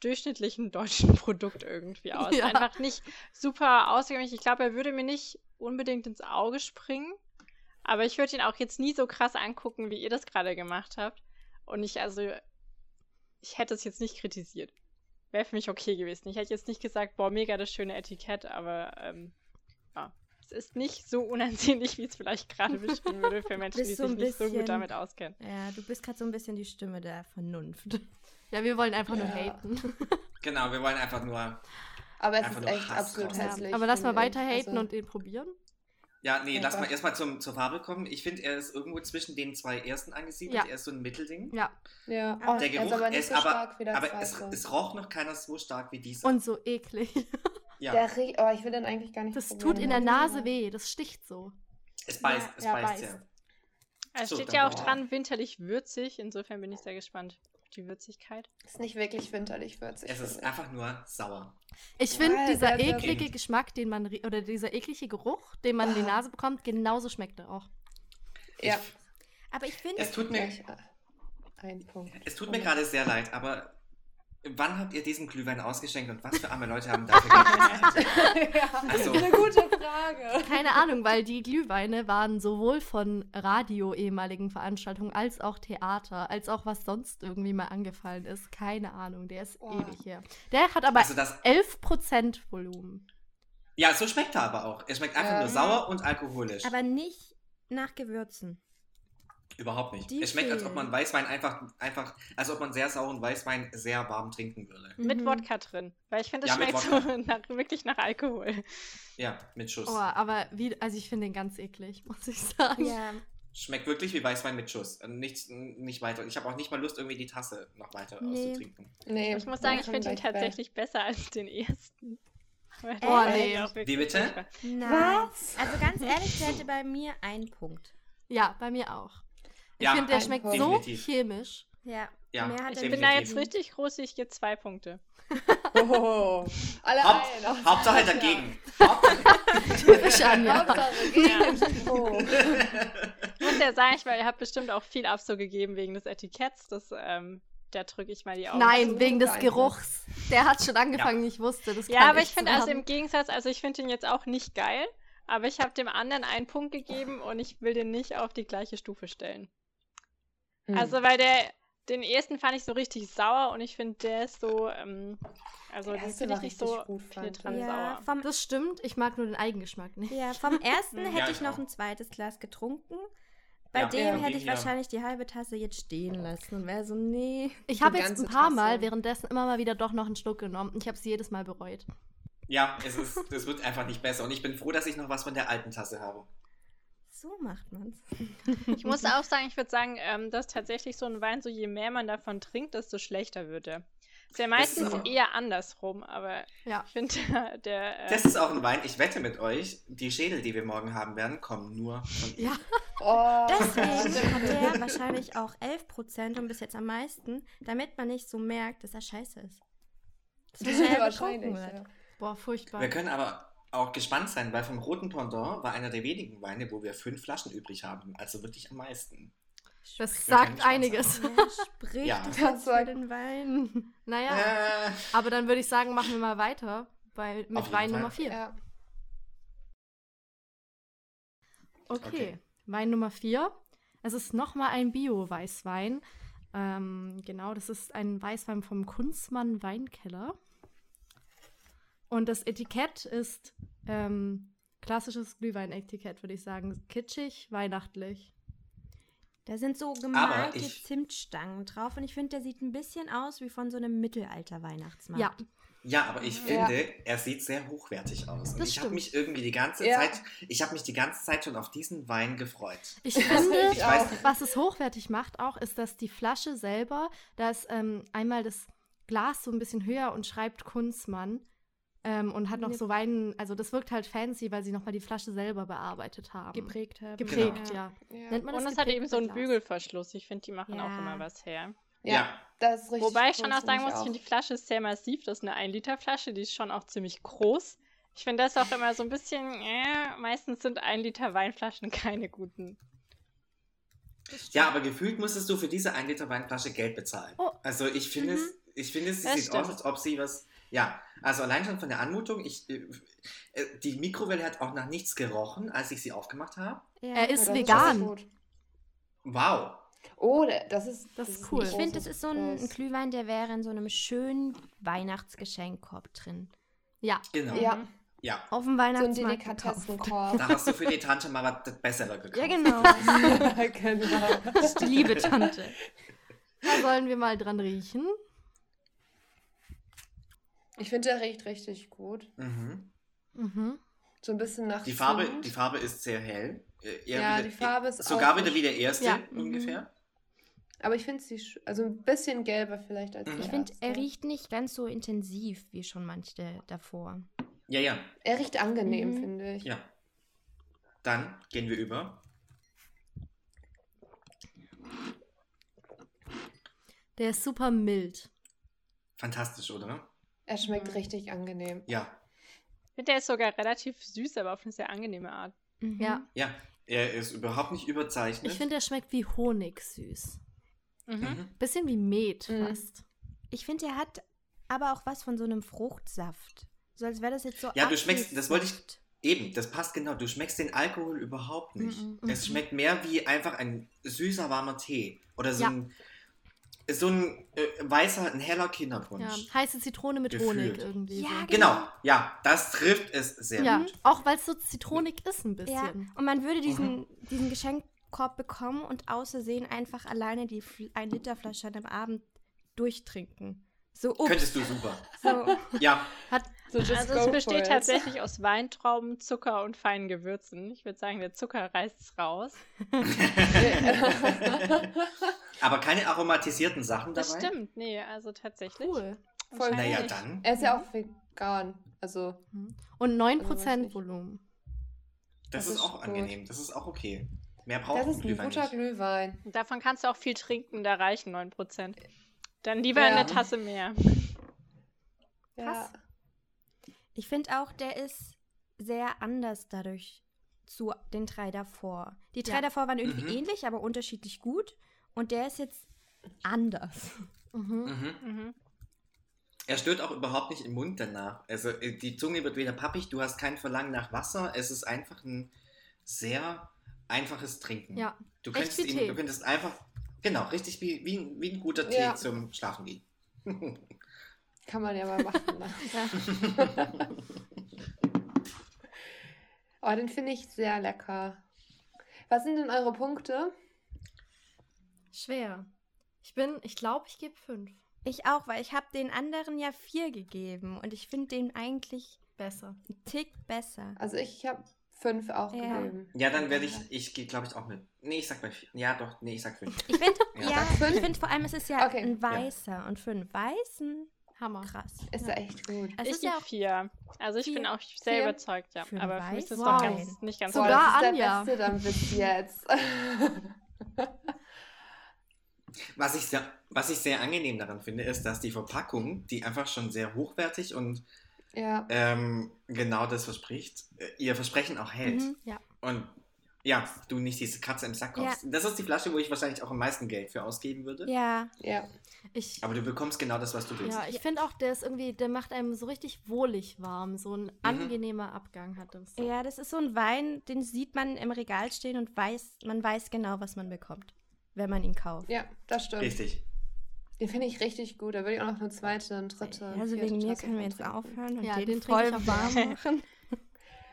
Speaker 4: durchschnittlichen deutschen <laughs> Produkt irgendwie aus.
Speaker 2: Ja.
Speaker 4: Einfach nicht super ausgängig. Ich glaube, er würde mir nicht unbedingt ins Auge springen, aber ich würde ihn auch jetzt nie so krass angucken, wie ihr das gerade gemacht habt. Und ich, also, ich hätte es jetzt nicht kritisiert. Wäre für mich okay gewesen. Ich hätte jetzt nicht gesagt, boah, mega das schöne Etikett, aber ähm, ja, es ist nicht so unansehnlich, wie es vielleicht
Speaker 3: <laughs>
Speaker 4: gerade beschrieben würde für Menschen, die
Speaker 3: Bist so
Speaker 4: sich
Speaker 3: ein
Speaker 4: nicht so
Speaker 3: bisschen-
Speaker 4: gut damit auskennen.
Speaker 3: Ja, du bist gerade so ein bisschen die Stimme der Vernunft.
Speaker 2: ja, wir wollen einfach nur
Speaker 5: Ja.
Speaker 2: haten.
Speaker 1: Genau, wir wollen einfach nur
Speaker 5: Aber es
Speaker 1: Einfach
Speaker 5: ist
Speaker 1: nur
Speaker 5: echt
Speaker 1: Hass
Speaker 5: absolut
Speaker 1: raus. Ja,
Speaker 5: hässlich.
Speaker 2: aber lass mal
Speaker 5: finde ich.
Speaker 2: weiter haten
Speaker 5: Also-
Speaker 2: und den probieren.
Speaker 1: Ja, nee,
Speaker 5: Oh
Speaker 1: lass mal
Speaker 5: Gott.
Speaker 1: erstmal zum- zur Farbe kommen. Ich finde, er ist irgendwo zwischen den zwei ersten angesiedelt.
Speaker 2: Ja.
Speaker 1: Er ist so ein Mittelding.
Speaker 2: Ja,
Speaker 5: Ja,
Speaker 3: Aber
Speaker 5: Oh,
Speaker 1: der
Speaker 5: er
Speaker 1: Geruch
Speaker 5: ist aber nicht
Speaker 1: ist
Speaker 5: so
Speaker 1: aber-
Speaker 5: stark wie der
Speaker 1: Aber es,
Speaker 5: zweite.
Speaker 1: es roch noch keiner so stark wie dieser.
Speaker 2: und so eklig.
Speaker 1: ja,
Speaker 5: der riecht, oh, ich will den eigentlich gar
Speaker 2: <laughs>
Speaker 5: nicht
Speaker 2: Das
Speaker 5: probieren.
Speaker 2: tut in der
Speaker 5: Ja.
Speaker 2: Nase weh, das sticht so.
Speaker 1: es beißt,
Speaker 2: Ja,
Speaker 1: es
Speaker 2: ja,
Speaker 1: beißt,
Speaker 2: beißt.
Speaker 1: ja.
Speaker 4: Also, Es
Speaker 1: So,
Speaker 4: steht
Speaker 1: dann
Speaker 4: ja auch
Speaker 1: brauchen wir-
Speaker 4: dran, winterlich würzig. Insofern bin ich sehr gespannt auf die Würzigkeit.
Speaker 5: Ist nicht wirklich winterlich, würzig.
Speaker 1: Es ist
Speaker 5: finde ich.
Speaker 1: einfach nur sauer.
Speaker 2: Ich finde,
Speaker 5: Alter,
Speaker 2: dieser
Speaker 5: der-
Speaker 2: eklige Geschmack, den man rie- oder dieser eklige Geruch, den man in die
Speaker 5: Ah.
Speaker 2: Nase bekommt, genauso schmeckt er auch.
Speaker 5: Ja.
Speaker 3: Aber ich finde,
Speaker 1: Es tut mir,
Speaker 5: Gleich Oh. ein Punkt.
Speaker 1: es tut mir gerade sehr leid, aber wann habt ihr diesen Glühwein ausgeschenkt und was für arme Leute haben dafür gearbeitet?
Speaker 5: <laughs> ja,
Speaker 1: Also-
Speaker 5: eine gute Frage.
Speaker 2: Keine Ahnung, weil die Glühweine waren sowohl von Radio ehemaligen Veranstaltungen als auch Theater, als auch was sonst irgendwie mal angefallen ist. Keine Ahnung, der ist
Speaker 5: Boah.
Speaker 2: ewig her. Der hat aber
Speaker 1: Also das,
Speaker 2: 11% Volumen.
Speaker 1: ja, so schmeckt er aber auch. Er schmeckt einfach
Speaker 5: Ja.
Speaker 1: nur sauer und alkoholisch.
Speaker 3: aber nicht nach Gewürzen.
Speaker 1: Überhaupt nicht.
Speaker 3: Die
Speaker 1: es schmeckt, als ob man
Speaker 3: fehlen.
Speaker 1: Weißwein einfach, einfach, als ob man sehr sauren Weißwein sehr warm trinken würde.
Speaker 4: Mit
Speaker 3: Mhm.
Speaker 4: Wodka drin. Weil ich finde, es
Speaker 1: Ja, mit
Speaker 4: schmeckt so nach, wirklich nach Alkohol.
Speaker 1: Ja, mit Schuss.
Speaker 2: Oh, aber wie, also ich finde den ganz eklig, <laughs> muss ich sagen.
Speaker 3: Ja,
Speaker 1: Schmeckt wirklich wie Weißwein mit Schuss. Nicht, nicht weiter. Ich habe auch nicht mal Lust, irgendwie die Tasse noch weiter
Speaker 3: Nee.
Speaker 1: auszutrinken.
Speaker 5: Nee,
Speaker 4: Ich muss sagen, ich
Speaker 5: komm
Speaker 4: finde ihn
Speaker 5: gleich bei.
Speaker 4: tatsächlich besser als den ersten. Weil
Speaker 3: Oh,
Speaker 4: der
Speaker 2: nee.
Speaker 4: auch wirklich
Speaker 1: Wie bitte?
Speaker 4: furchtbar.
Speaker 3: nein.
Speaker 5: Was?
Speaker 3: Also ganz ehrlich, der hätte bei mir einen Punkt.
Speaker 2: Ja, bei mir auch. Ich
Speaker 1: Ja,
Speaker 2: finde, der
Speaker 5: ein
Speaker 2: schmeckt
Speaker 5: Punkt.
Speaker 2: so
Speaker 1: Definitiv.
Speaker 2: chemisch.
Speaker 3: Ja,
Speaker 1: Ja,
Speaker 3: mehr hat
Speaker 1: ich
Speaker 4: Ich bin
Speaker 3: er nicht.
Speaker 4: da
Speaker 1: Definitiv.
Speaker 4: jetzt richtig groß, ich gebe zwei Punkte.
Speaker 5: <laughs> Oh, alle
Speaker 1: Haupt-
Speaker 5: ein.
Speaker 1: Hauptsache dagegen.
Speaker 2: <laughs>
Speaker 1: Hauptsache.
Speaker 2: Typisch Anja.
Speaker 5: Hauptsache gegen. Oh.
Speaker 4: Ich muss ja sagen, ich, weil ihr habt bestimmt auch viel ab so gegeben wegen des Etiketts. Das, ähm, da drücke ich mal die Augen.
Speaker 2: Nein,
Speaker 5: so
Speaker 2: wegen des
Speaker 5: beeindruckt.
Speaker 2: Geruchs. Der hat schon angefangen, ich wusste. Das
Speaker 4: Ja,
Speaker 2: kann
Speaker 4: aber ich
Speaker 2: echt
Speaker 4: finde,
Speaker 2: werden.
Speaker 4: also im Gegensatz, also ich finde ihn jetzt auch nicht geil, aber ich habe dem anderen einen Punkt gegeben und ich will den nicht auf die gleiche Stufe stellen.
Speaker 5: Hm.
Speaker 4: Also, weil der, den ersten fand ich so richtig sauer und ich finde, der ist so, ähm, also
Speaker 5: Der
Speaker 4: den
Speaker 5: erste
Speaker 4: finde ich
Speaker 5: war
Speaker 4: nicht
Speaker 5: richtig
Speaker 4: so
Speaker 5: gut, fand ich.
Speaker 4: penetrant
Speaker 3: ja,
Speaker 2: <laughs>
Speaker 4: sauer.
Speaker 3: vom,
Speaker 2: Das stimmt, ich mag nur den Eigengeschmack nicht.
Speaker 3: ja, vom ersten
Speaker 4: Ja,
Speaker 3: hätte ich
Speaker 1: genau.
Speaker 3: noch ein zweites Glas getrunken. Bei
Speaker 1: Ja,
Speaker 5: ja.
Speaker 3: dem hätte ich
Speaker 1: Ja.
Speaker 3: wahrscheinlich die halbe Tasse jetzt stehen lassen und wäre so, nee.
Speaker 2: Ich habe
Speaker 5: Die
Speaker 2: jetzt ein
Speaker 5: ganze
Speaker 2: paar
Speaker 5: Tasse.
Speaker 2: Mal währenddessen immer mal wieder doch noch einen Schluck genommen. Ich habe es jedes Mal bereut.
Speaker 1: Ja, es, ist, es wird einfach nicht besser. Und ich bin froh, dass ich noch was von der alten Tasse habe.
Speaker 3: So macht man's.
Speaker 4: Ich muss auch sagen, ich würde sagen, ähm, dass tatsächlich so ein Wein, so je mehr man davon trinkt, desto schlechter wird er. Ist ja
Speaker 1: Das ist
Speaker 4: meistens
Speaker 1: aber-
Speaker 4: eher andersrum, aber
Speaker 2: Ja.
Speaker 4: ich finde, <laughs> der, der äh,
Speaker 1: Das ist auch ein Wein. Ich wette mit euch, die Schädel, die wir morgen haben werden, kommen nur von ihm.
Speaker 2: Ja,
Speaker 5: Oh.
Speaker 3: Deswegen hat der
Speaker 5: <laughs>
Speaker 3: wahrscheinlich auch 11% und bis jetzt am meisten, damit man nicht so merkt, dass er scheiße ist. Dass
Speaker 5: <laughs>
Speaker 3: er schnell
Speaker 5: wahrscheinlich.
Speaker 3: getrunken
Speaker 5: ja.
Speaker 3: wird.
Speaker 2: boah, furchtbar.
Speaker 1: Wir können aber auch gespannt sein, weil vom Roten Pendant war einer der wenigen Weine, wo wir fünf Flaschen übrig haben. Also wirklich am meisten.
Speaker 2: Das
Speaker 1: wir können
Speaker 2: sagt
Speaker 1: gespannt sein.
Speaker 2: einiges. <laughs>
Speaker 3: Ja, spricht
Speaker 1: Ja.
Speaker 3: dich
Speaker 5: Das
Speaker 3: jetzt für
Speaker 5: war-
Speaker 3: den Wein.
Speaker 2: naja,
Speaker 1: Äh,
Speaker 2: aber dann würde ich sagen, machen wir mal weiter bei, mit
Speaker 1: jeden
Speaker 2: Wein
Speaker 1: Fall.
Speaker 2: Nummer 4.
Speaker 5: Ja.
Speaker 2: Okay.
Speaker 1: Okay.
Speaker 2: Wein Nummer 4. Es ist nochmal ein Bio-Weißwein. Ähm, genau, das ist ein Weißwein vom Kunstmann Weinkeller. Und das Etikett ist ähm, klassisches Glühwein-Etikett, würde ich sagen. Kitschig, weihnachtlich.
Speaker 3: Da sind so gemalte
Speaker 1: ich-
Speaker 3: Zimtstangen drauf und ich finde, der sieht ein bisschen aus wie von so einem Mittelalter-Weihnachtsmarkt.
Speaker 2: Ja,
Speaker 1: Ja, aber ich
Speaker 5: Ja.
Speaker 1: finde, er sieht sehr hochwertig aus. Und
Speaker 2: Das
Speaker 1: ich habe
Speaker 2: stimmt.
Speaker 1: mich irgendwie die ganze
Speaker 5: Ja.
Speaker 1: Zeit, ich habe mich die ganze Zeit schon auf diesen Wein gefreut.
Speaker 2: ich
Speaker 5: finde
Speaker 2: finde,
Speaker 5: <laughs> ich
Speaker 1: weiß
Speaker 5: auch.
Speaker 1: nicht,
Speaker 2: was es hochwertig macht auch, ist, dass die Flasche selber, da ist ähm, einmal das Glas so ein bisschen höher und schreibt Kunstmann ähm, und hat noch
Speaker 3: Ja.
Speaker 2: so Wein, also das wirkt halt fancy, weil sie nochmal die Flasche selber bearbeitet haben.
Speaker 3: Geprägt haben.
Speaker 2: Geprägt,
Speaker 1: Genau.
Speaker 2: ja.
Speaker 5: Ja.
Speaker 2: Nennt man
Speaker 4: und
Speaker 2: das
Speaker 4: es hat
Speaker 2: geprägte
Speaker 4: eben so einen
Speaker 2: Glas?
Speaker 4: Bügelverschluss. Ich finde, die machen auch
Speaker 3: Ja.
Speaker 4: immer was her.
Speaker 5: ja. das ist richtig.
Speaker 4: Wobei ich schon
Speaker 5: cool,
Speaker 4: auch sagen
Speaker 5: finde
Speaker 4: muss, ich finde, die Flasche ist sehr massiv. Das ist eine 1-Liter-Flasche, die ist schon auch ziemlich groß. Ich finde das auch immer so ein bisschen, äh, meistens sind 1-Liter-Weinflaschen <laughs> keine guten.
Speaker 1: Ja, aber gefühlt musstest du für diese 1 Liter Weinflasche Geld bezahlen.
Speaker 2: Oh.
Speaker 1: Also ich finde es, ich finde es, sie
Speaker 4: Das
Speaker 1: sieht aus,
Speaker 4: stimmt.
Speaker 1: als ob sie was. Ja, also allein schon von der Anmutung, ich, äh, äh, die Mikrowelle hat auch nach nichts gerochen, als ich sie aufgemacht habe.
Speaker 3: Ja.
Speaker 2: Er
Speaker 5: Ja,
Speaker 2: ist
Speaker 5: das
Speaker 2: vegan.
Speaker 5: richtig gut.
Speaker 1: Wow.
Speaker 5: Oh, der- das ist,
Speaker 2: Das ist
Speaker 5: ein
Speaker 2: cool.
Speaker 3: ich
Speaker 5: großes
Speaker 3: finde, das ist so ein, ein
Speaker 5: Glas.
Speaker 3: Glühwein, der wäre in so einem schönen Weihnachtsgeschenkkorb drin.
Speaker 2: Ja,
Speaker 1: Genau. Ja.
Speaker 5: Ja,
Speaker 3: Auf dem
Speaker 5: so ein
Speaker 3: Weihnachtsmarkt. gekauft.
Speaker 5: Delikatessenkorb.
Speaker 1: Da hast du für die Tante mal was Besseres gekauft.
Speaker 3: Ja, genau.
Speaker 5: <laughs> genau.
Speaker 3: Das ist die <laughs> liebe Tante.
Speaker 2: <laughs> da sollen wir mal dran riechen.
Speaker 5: Ich finde, der riecht richtig gut.
Speaker 1: Mhm.
Speaker 2: Mhm.
Speaker 5: So ein bisschen nach
Speaker 1: Die Farbe,
Speaker 5: Zimt.
Speaker 1: die Farbe ist sehr hell. Äh, eher
Speaker 5: ja,
Speaker 1: wieder-
Speaker 5: die Farbe ist
Speaker 1: Sogar
Speaker 5: auch
Speaker 1: wieder
Speaker 5: nicht-
Speaker 1: wie der erste
Speaker 2: Ja,
Speaker 3: mhm.
Speaker 1: ungefähr.
Speaker 5: Aber ich finde sie, sch- also ein bisschen gelber vielleicht als
Speaker 1: Mhm.
Speaker 5: der
Speaker 3: Ich finde,
Speaker 5: erste.
Speaker 3: er riecht nicht ganz so intensiv wie schon manche davor.
Speaker 1: Ja, ja,
Speaker 5: Er riecht angenehm,
Speaker 3: Mhm.
Speaker 5: finde ich.
Speaker 1: ja. Dann gehen wir über.
Speaker 2: Der ist super mild.
Speaker 1: Fantastisch, oder?
Speaker 5: Er schmeckt
Speaker 4: Mhm.
Speaker 5: richtig angenehm.
Speaker 1: Ja,
Speaker 4: Ich finde, der ist sogar relativ süß, aber auf eine sehr angenehme Art.
Speaker 3: Mhm.
Speaker 2: Ja.
Speaker 1: ja. Er ist überhaupt nicht überzeichnet.
Speaker 2: Ich finde, der schmeckt wie Honig süß.
Speaker 4: Mhm.
Speaker 1: Mhm.
Speaker 2: Bisschen wie Met
Speaker 5: Mhm.
Speaker 2: fast.
Speaker 3: Ich finde, er hat aber auch was von so einem Fruchtsaft. So als wäre das jetzt so.
Speaker 1: Ja, du schmeckst-
Speaker 3: Apfelsaft.
Speaker 1: das wollte ich- Eben, das passt genau. Du schmeckst den Alkohol überhaupt nicht.
Speaker 3: Mhm.
Speaker 1: Es schmeckt mehr wie einfach ein süßer, warmer Tee. Oder so
Speaker 2: Ja.
Speaker 1: ein, so ein äh, weißer, ein heller
Speaker 2: Ja.
Speaker 1: Kinderpunsch.
Speaker 2: Heiße Zitrone mit
Speaker 1: Gefühlt.
Speaker 2: Honig irgendwie.
Speaker 3: Ja, genau.
Speaker 2: so.
Speaker 1: Genau, ja, das trifft es sehr
Speaker 2: Ja,
Speaker 1: gut.
Speaker 2: auch weil es so zitronig ist ein bisschen.
Speaker 3: Ja, und man würde diesen, diesen Geschenkkorb bekommen und außersehen einfach alleine die Fl- ein Liter Flasche an einem Abend durchtrinken. So, ups,
Speaker 1: Könntest du super.
Speaker 3: so.
Speaker 1: Ja,
Speaker 5: So just
Speaker 4: Also
Speaker 5: go
Speaker 4: es
Speaker 5: for
Speaker 4: besteht
Speaker 5: it.
Speaker 4: tatsächlich aus Weintrauben, Zucker und feinen Gewürzen. Ich würde sagen, der Zucker reißt es raus.
Speaker 1: aber keine aromatisierten Sachen dabei.
Speaker 4: Das stimmt, nee, also tatsächlich.
Speaker 2: Cool.
Speaker 5: Voll
Speaker 4: Anscheinend
Speaker 1: Naja,
Speaker 4: nicht.
Speaker 1: dann.
Speaker 5: Er ist ja auch vegan. Also,
Speaker 2: Und
Speaker 5: Also weiß
Speaker 2: 9%
Speaker 5: ich.
Speaker 2: Volumen.
Speaker 1: Das,
Speaker 5: Das
Speaker 1: ist,
Speaker 5: ist
Speaker 1: auch
Speaker 5: gut.
Speaker 1: angenehm. Das ist auch okay. Mehr braucht
Speaker 5: das ist ein
Speaker 1: Glühwein
Speaker 5: guter
Speaker 1: nicht.
Speaker 5: Glühwein.
Speaker 4: Und davon kannst du auch viel trinken, da reichen 9%. Dann lieber
Speaker 5: Ja.
Speaker 4: eine Tasse mehr.
Speaker 5: Ja.
Speaker 3: Krass. Ich finde auch, der ist sehr anders dadurch zu den drei davor. Die drei
Speaker 2: Ja.
Speaker 3: davor waren irgendwie
Speaker 1: Mhm.
Speaker 3: ähnlich, aber unterschiedlich gut. Und der ist jetzt anders.
Speaker 2: Mhm.
Speaker 1: Mhm.
Speaker 4: Mhm.
Speaker 1: Er stört auch überhaupt nicht im Mund danach. Also äh, die Zunge wird wieder pappig, du hast kein Verlangen nach Wasser. Es ist einfach ein sehr einfaches Trinken.
Speaker 2: Ja.
Speaker 1: Du
Speaker 2: Echt
Speaker 1: könntest,
Speaker 2: wie
Speaker 1: ihn,
Speaker 2: Tee.
Speaker 1: du könntest einfach, genau, richtig wie, wie, ein- wie ein guter Tee
Speaker 5: Ja.
Speaker 1: zum Schlafen gehen.
Speaker 5: Kann man ja mal machen. Ne?
Speaker 2: Ja.
Speaker 5: <laughs> Aber Oh, den finde ich sehr lecker. Was sind denn eure Punkte?
Speaker 2: Schwer. Ich bin, ich glaube, ich gebe 5.
Speaker 3: Ich auch, weil ich habe den anderen ja vier gegeben und ich finde den eigentlich
Speaker 2: Besser.
Speaker 3: einen Tick besser.
Speaker 5: Also, ich habe fünf auch
Speaker 3: Ja.
Speaker 5: gegeben.
Speaker 1: Ja, dann werde ich, ich gehe glaube ich auch mit. Nee, ich sag bei, vier. ja doch, nee, ich sag fünf.
Speaker 3: Ich finde,
Speaker 1: Ja.
Speaker 3: ja,
Speaker 5: Fünf?
Speaker 3: ich finde vor allem, es ist ja
Speaker 5: Okay.
Speaker 3: ein weißer und für einen weißen
Speaker 2: Hammer.
Speaker 3: krass.
Speaker 5: Ist ja echt gut.
Speaker 3: Es
Speaker 4: ich
Speaker 3: ist ja
Speaker 4: geb
Speaker 3: auch
Speaker 4: vier. Also ich bin
Speaker 3: Vier.
Speaker 4: auch sehr
Speaker 5: Vier.
Speaker 4: überzeugt, ja.
Speaker 3: Für
Speaker 4: Aber für mich ist es
Speaker 3: weiß?
Speaker 4: doch
Speaker 2: Wow.
Speaker 4: ganz, nicht ganz
Speaker 5: Boah,
Speaker 2: Sogar
Speaker 5: das ist
Speaker 2: Anja.
Speaker 5: der Beste dann bis jetzt. <laughs>
Speaker 1: Was ich, sehr, was ich sehr angenehm daran finde, ist, dass die Verpackung, die einfach schon sehr hochwertig und
Speaker 5: ja.
Speaker 1: ähm, genau das verspricht, äh, ihr Versprechen auch hält.
Speaker 3: Mhm.
Speaker 2: Ja.
Speaker 1: Und ja, du nicht diese Katze im Sack
Speaker 3: Ja.
Speaker 1: kaufst. Das ist die Flasche, wo ich wahrscheinlich auch am meisten Geld für ausgeben würde.
Speaker 3: Ja,
Speaker 5: Ja.
Speaker 2: Ich,
Speaker 1: Aber du bekommst genau das, was du willst.
Speaker 2: ja, ich finde auch, der ist irgendwie, der macht einem so richtig wohlig warm. So ein angenehmer Abgang hat das.
Speaker 3: ja, das ist so ein Wein, den sieht man im Regal stehen und weiß, man weiß genau, was man bekommt, wenn man ihn kauft.
Speaker 5: ja, das
Speaker 3: ähm,
Speaker 5: stimmt.
Speaker 1: Richtig.
Speaker 5: Den finde ich richtig gut. Da würde ich auch noch eine zweite, eine dritte.
Speaker 3: Also
Speaker 5: vierte
Speaker 3: wegen mir
Speaker 5: Tasse
Speaker 3: können wir
Speaker 5: von
Speaker 3: jetzt
Speaker 5: trinken.
Speaker 3: aufhören und
Speaker 2: Ja,
Speaker 3: den,
Speaker 2: den trinke
Speaker 3: voll
Speaker 2: ich auch
Speaker 3: warm
Speaker 2: gerne.
Speaker 3: machen.
Speaker 5: <laughs>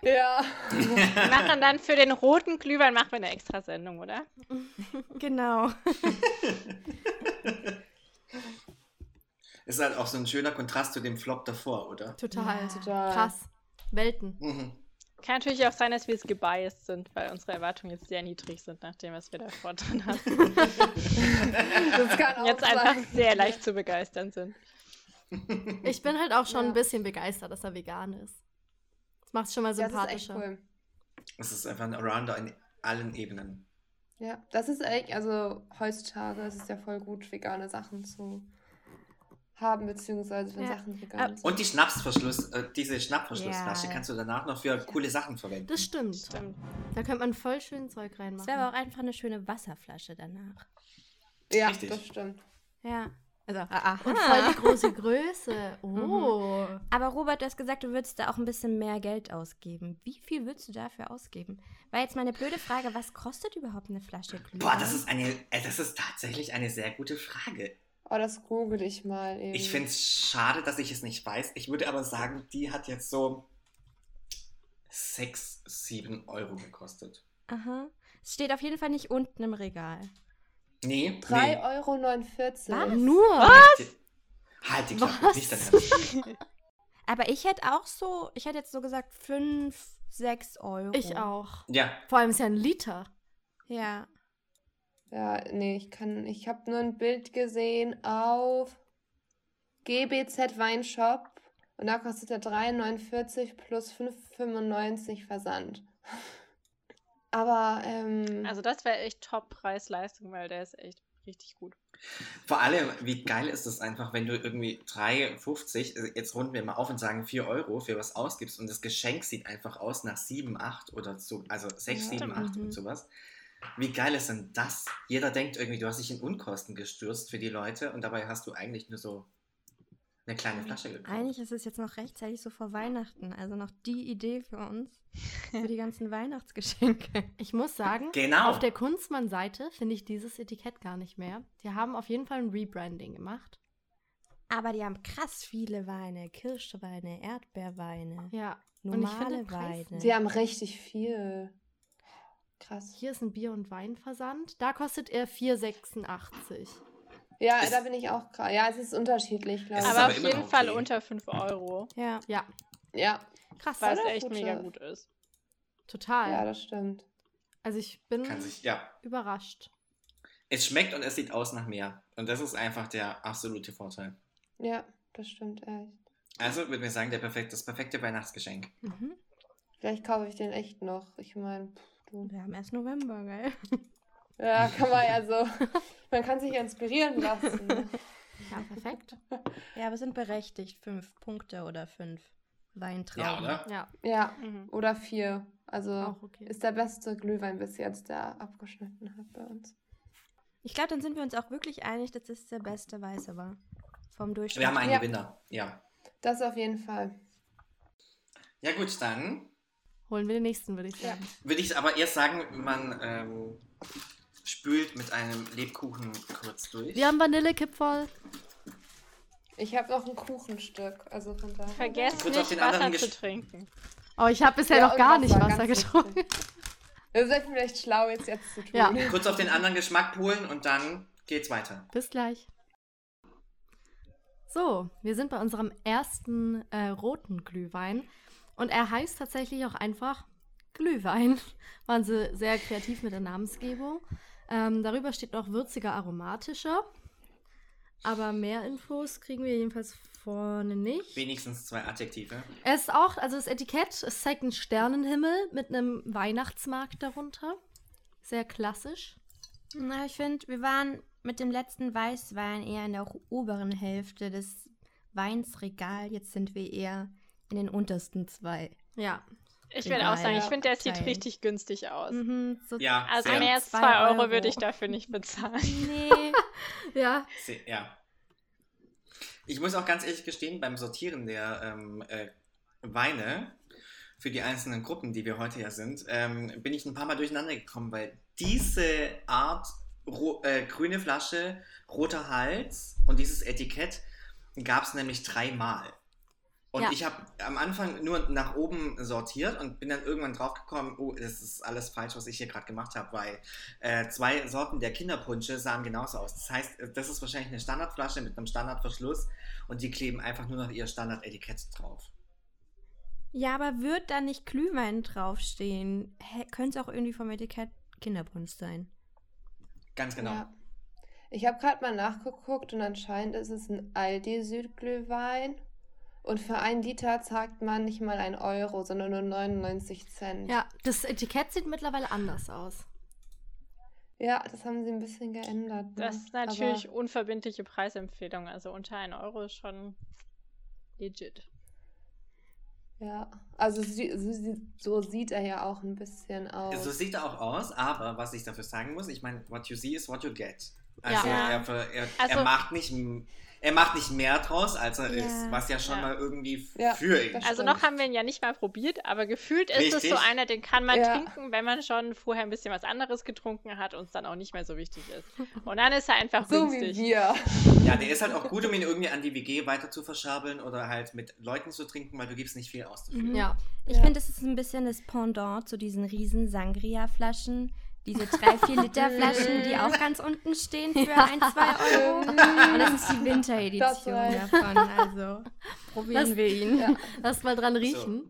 Speaker 5: Ja.
Speaker 4: Wir machen dann für den roten Glühwein machen wir eine extra Sendung, oder?
Speaker 3: <laughs> genau.
Speaker 1: Ist halt auch so ein schöner Kontrast zu dem Flop davor, oder?
Speaker 2: Total.
Speaker 3: Ja,
Speaker 5: total.
Speaker 2: Krass. Welten.
Speaker 1: Mhm.
Speaker 4: Kann natürlich auch sein, dass wir es gebiased sind, weil unsere Erwartungen jetzt sehr niedrig sind, nach dem, was wir davor
Speaker 3: <laughs>
Speaker 4: drin hatten.
Speaker 5: Das kann auch
Speaker 4: Jetzt
Speaker 5: sein.
Speaker 4: einfach sehr leicht zu begeistern sind.
Speaker 2: Ich bin halt auch schon
Speaker 5: Ja.
Speaker 2: ein bisschen begeistert, dass er vegan ist. Das macht es schon mal
Speaker 5: Das ist echt
Speaker 2: sympathischer.
Speaker 5: cool.
Speaker 1: Es ist einfach ein Arounder in allen Ebenen.
Speaker 5: Ja, das ist echt, also heutzutage ist es ja voll gut, vegane Sachen zu haben, beziehungsweise wenn
Speaker 3: Ja. Äh,
Speaker 5: Sachen vegan sind.
Speaker 1: Und die Schnapsverschluss, äh, diese Schnappverschlussflasche
Speaker 3: Ja.
Speaker 1: kannst du danach noch für coole Sachen verwenden.
Speaker 2: Das stimmt.
Speaker 4: Stimmt.
Speaker 2: Da könnte man voll schön Zeug
Speaker 3: Es
Speaker 2: reinmachen.
Speaker 3: wäre aber auch einfach eine schöne Wasserflasche danach.
Speaker 5: Ja,
Speaker 1: Richtig.
Speaker 5: das stimmt.
Speaker 3: Ja. Also,
Speaker 2: Und voll die große Größe. Oh.
Speaker 3: Aber Robert, du hast gesagt, du würdest da auch ein bisschen mehr Geld ausgeben. Wie viel würdest du dafür ausgeben? War jetzt meine blöde Frage, was kostet überhaupt eine Flasche Glühwein?
Speaker 1: Boah, das ist eine, äh, das ist tatsächlich eine sehr gute Frage.
Speaker 5: Oh, das google ich mal eben.
Speaker 1: Ich finde es schade, dass ich es nicht weiß. Ich würde aber sagen, die hat jetzt so 6, 7 Euro gekostet.
Speaker 3: Aha. Es steht auf jeden Fall nicht unten im Regal.
Speaker 1: Nee,
Speaker 5: 3,49 Euro.
Speaker 3: Was?
Speaker 2: Nur.
Speaker 1: nee. Die- Halt die Klappe,
Speaker 2: Was?
Speaker 1: nicht dein Ernst.
Speaker 3: Aber ich hätte auch so, ich hätte jetzt so gesagt, fünf, 6 Euro.
Speaker 2: Ich auch.
Speaker 1: Ja,
Speaker 2: Vor allem ist ja ein Liter.
Speaker 3: Ja.
Speaker 5: Ja, nee, ich kann, ich habe nur ein Bild gesehen auf GBZ Weinshop und da kostet er 3,49 plus 5,95 Versand. <laughs> Aber, ähm,
Speaker 4: Also das wäre echt top Preis-Leistung, weil der ist echt richtig gut.
Speaker 1: vor allem, wie geil ist es einfach, wenn du irgendwie 3,50, also jetzt runden wir mal auf und sagen 4 Euro für was ausgibst und das Geschenk sieht einfach aus nach 7, 8 oder so, also 6,
Speaker 4: Ja,
Speaker 1: 7,
Speaker 4: stimmt.
Speaker 1: 8 und
Speaker 3: Mhm.
Speaker 1: sowas. Wie geil ist denn das? Jeder denkt irgendwie, du hast dich in Unkosten gestürzt für die Leute und dabei hast du eigentlich nur so eine kleine Flasche gekauft.
Speaker 3: Eigentlich ist es jetzt noch rechtzeitig so vor Weihnachten. Also noch die Idee für uns. Für die
Speaker 2: <laughs>
Speaker 3: ganzen Weihnachtsgeschenke.
Speaker 2: Ich muss sagen,
Speaker 1: Genau.
Speaker 2: auf der Kunstmann-Seite finde ich dieses Etikett gar nicht mehr. Die haben auf jeden Fall ein Rebranding gemacht.
Speaker 3: Aber die haben krass viele Weine. Kirschweine, Erdbeerweine,
Speaker 2: Ja. Und ich
Speaker 3: normale
Speaker 2: finde den Preis-
Speaker 3: Weine.
Speaker 5: die haben richtig viel. Krass.
Speaker 2: Hier ist ein Bier- und Weinversand. Da kostet er 4,86.
Speaker 5: Ja,
Speaker 1: Es-
Speaker 5: da bin ich auch gerade. Ja, es ist unterschiedlich, glaube
Speaker 1: Es
Speaker 5: ich.
Speaker 1: ist
Speaker 4: aber
Speaker 1: aber
Speaker 4: auf
Speaker 1: immer
Speaker 4: jeden
Speaker 1: noch
Speaker 4: Fall
Speaker 1: okay. Mhm.
Speaker 4: unter 5 Euro,
Speaker 3: Ja.
Speaker 2: Ja,
Speaker 5: ja,
Speaker 2: krass,
Speaker 4: weil es
Speaker 5: oder?
Speaker 4: echt
Speaker 5: Gute-
Speaker 4: mega gut ist.
Speaker 2: total.
Speaker 5: ja, das stimmt.
Speaker 2: also ich bin
Speaker 1: Kann sich, ja.
Speaker 2: überrascht.
Speaker 1: Es schmeckt und es sieht aus nach mehr. Und das ist einfach der absolute Vorteil.
Speaker 5: Ja, das stimmt echt.
Speaker 1: Also würde mir sagen, der perfekt, das perfekte Weihnachtsgeschenk.
Speaker 2: Mhm.
Speaker 5: Vielleicht kaufe ich den echt noch. Ich meine, du.
Speaker 3: Wir haben erst November, gell?
Speaker 5: Ja, kann man ja so.
Speaker 1: <laughs>
Speaker 5: Man kann sich ja inspirieren lassen. ne?
Speaker 2: Ja, perfekt.
Speaker 3: Ja, aber es sind berechtigt fünf Punkte oder fünf
Speaker 1: Ja, ne?
Speaker 3: Weintrauben.
Speaker 1: oder?
Speaker 5: <laughs>
Speaker 2: Ja,
Speaker 5: Ja.
Speaker 4: Mhm.
Speaker 5: Oder vier. Also
Speaker 2: auch okay.
Speaker 5: ist der beste Glühwein bis jetzt, der abgeschnitten hat bei uns.
Speaker 3: Ich glaube, dann sind wir uns auch wirklich einig, dass das der beste Weiße war. Vom Durchschnitt.
Speaker 1: Wir haben einen
Speaker 5: Ja.
Speaker 1: Gewinner. Ja.
Speaker 5: Das auf jeden Fall.
Speaker 1: Ja, gut, dann
Speaker 2: Holen wir den nächsten, würde ich sagen.
Speaker 1: würde ich aber erst sagen, man ähm, spült mit einem Lebkuchen kurz durch.
Speaker 2: Wir haben Vanillekipp voll.
Speaker 5: Ich habe noch ein Kuchenstück, also von daher.
Speaker 4: Vergesst
Speaker 1: Kurz auf
Speaker 4: nicht,
Speaker 1: den
Speaker 4: Wasser
Speaker 1: anderen
Speaker 4: zu
Speaker 1: gesch-
Speaker 4: trinken.
Speaker 2: Oh, ich habe bisher
Speaker 5: Ja,
Speaker 2: noch
Speaker 5: und
Speaker 2: gar nicht Wasser
Speaker 5: ganz
Speaker 2: getrunken.
Speaker 5: wichtig. Das ist vielleicht schlau, jetzt, jetzt zu tun.
Speaker 2: Ja.
Speaker 1: Kurz auf den anderen Geschmack polen und dann geht's weiter.
Speaker 2: Bis gleich. So, wir sind bei unserem ersten äh, roten Glühwein. Und er heißt tatsächlich auch einfach Glühwein. <laughs> Waren sie sehr kreativ mit der Namensgebung. Ähm, darüber steht noch würziger, aromatischer. Aber mehr Infos kriegen wir jedenfalls vorne nicht.
Speaker 1: Wenigstens zwei Adjektive.
Speaker 2: Es ist auch, also das Etikett, es zeigt einen Sternenhimmel mit einem Weihnachtsmarkt darunter. Sehr klassisch.
Speaker 3: Na, ich finde, wir waren mit dem letzten Weißwein eher in der oberen Hälfte des Weinsregal. Jetzt sind wir eher in den untersten zwei.
Speaker 2: Ja,
Speaker 4: Ich
Speaker 3: Egal.
Speaker 4: würde auch sagen, ich finde, der sieht
Speaker 3: Teilen.
Speaker 4: richtig günstig aus.
Speaker 3: Mhm, so
Speaker 1: Ja,
Speaker 4: Also
Speaker 1: sehr,
Speaker 4: mehr als
Speaker 3: Zwei
Speaker 4: 2 Euro
Speaker 3: Euro.
Speaker 4: würde ich dafür nicht
Speaker 5: <laughs>
Speaker 4: bezahlen.
Speaker 3: <laughs> Nee.
Speaker 2: ja,
Speaker 1: sehr, ja. Ich muss auch ganz ehrlich gestehen, beim Sortieren der ähm, äh, Weine für die einzelnen Gruppen, die wir heute ja sind, ähm, bin ich ein paar Mal durcheinander gekommen, weil diese Art ro äh, grüne Flasche, roter Hals und dieses Etikett gab es nämlich dreimal. Und
Speaker 2: Ja.
Speaker 1: ich habe am Anfang nur nach oben sortiert und bin dann irgendwann draufgekommen, oh, das ist alles falsch, was ich hier gerade gemacht habe, weil äh, zwei Sorten der Kinderpunsche sahen genauso aus. Das heißt, äh, das ist wahrscheinlich eine Standardflasche mit einem Standardverschluss und die kleben einfach nur noch ihr Standardetikett drauf.
Speaker 3: ja, aber wird da nicht Glühwein draufstehen? Könnte es auch irgendwie vom Etikett Kinderpunsch sein?
Speaker 1: Ganz genau.
Speaker 5: Ja. Ich habe gerade mal nachgeguckt und anscheinend ist es ein Aldi Südglühwein. Und für einen Liter zahlt man nicht mal einen Euro, sondern nur 99 Cent.
Speaker 2: ja. Das Etikett sieht mittlerweile anders aus.
Speaker 5: ja das haben sie ein bisschen geändert. ne?
Speaker 4: Das ist
Speaker 5: Aber-
Speaker 4: natürlich unverbindliche Preisempfehlung, also unter 1 Euro ist schon legit.
Speaker 5: Ja, also sie, so, sie- so sieht er ja auch ein bisschen aus.
Speaker 1: So sieht er auch aus, aber was ich dafür sagen muss, ich meine, what you see is what you get. Also,
Speaker 4: Ja.
Speaker 1: er, ver- er,
Speaker 4: Also-
Speaker 1: er, macht nicht, m- er macht nicht mehr draus, als er
Speaker 3: Ja.
Speaker 1: ist, was ja schon
Speaker 4: Ja.
Speaker 1: mal irgendwie f-
Speaker 5: Ja,
Speaker 1: für ihn.
Speaker 5: das
Speaker 1: spricht.
Speaker 4: Also
Speaker 5: Stimmt.
Speaker 4: noch haben wir ihn ja nicht mal probiert, aber gefühlt ist es
Speaker 1: Richtig.
Speaker 4: so einer, den kann man
Speaker 5: Ja.
Speaker 4: trinken, wenn man schon vorher ein bisschen was anderes getrunken hat und es dann auch nicht mehr so wichtig ist. Und dann ist er einfach
Speaker 5: so wie
Speaker 4: günstig.
Speaker 5: wir.
Speaker 1: Ja, der ist halt auch gut, um ihn irgendwie an die WG weiter zu verschabeln oder halt mit Leuten zu trinken, weil du gibst nicht viel aus dafür.
Speaker 3: Mhm.
Speaker 2: Ja.
Speaker 3: Ich
Speaker 5: Ja.
Speaker 3: finde, das ist ein bisschen das Pendant zu diesen riesen Sangria-Flaschen. Diese
Speaker 5: <laughs>
Speaker 3: 3-4-Liter-Flaschen, die auch ganz unten stehen für 1, 2 Euro.
Speaker 5: <laughs>
Speaker 3: Und das ist die
Speaker 5: Das
Speaker 3: Winteredition
Speaker 5: weiß.
Speaker 3: davon.
Speaker 5: <laughs>
Speaker 3: Also probieren
Speaker 2: Das-
Speaker 3: wir ihn.
Speaker 2: Lass mal dran riechen.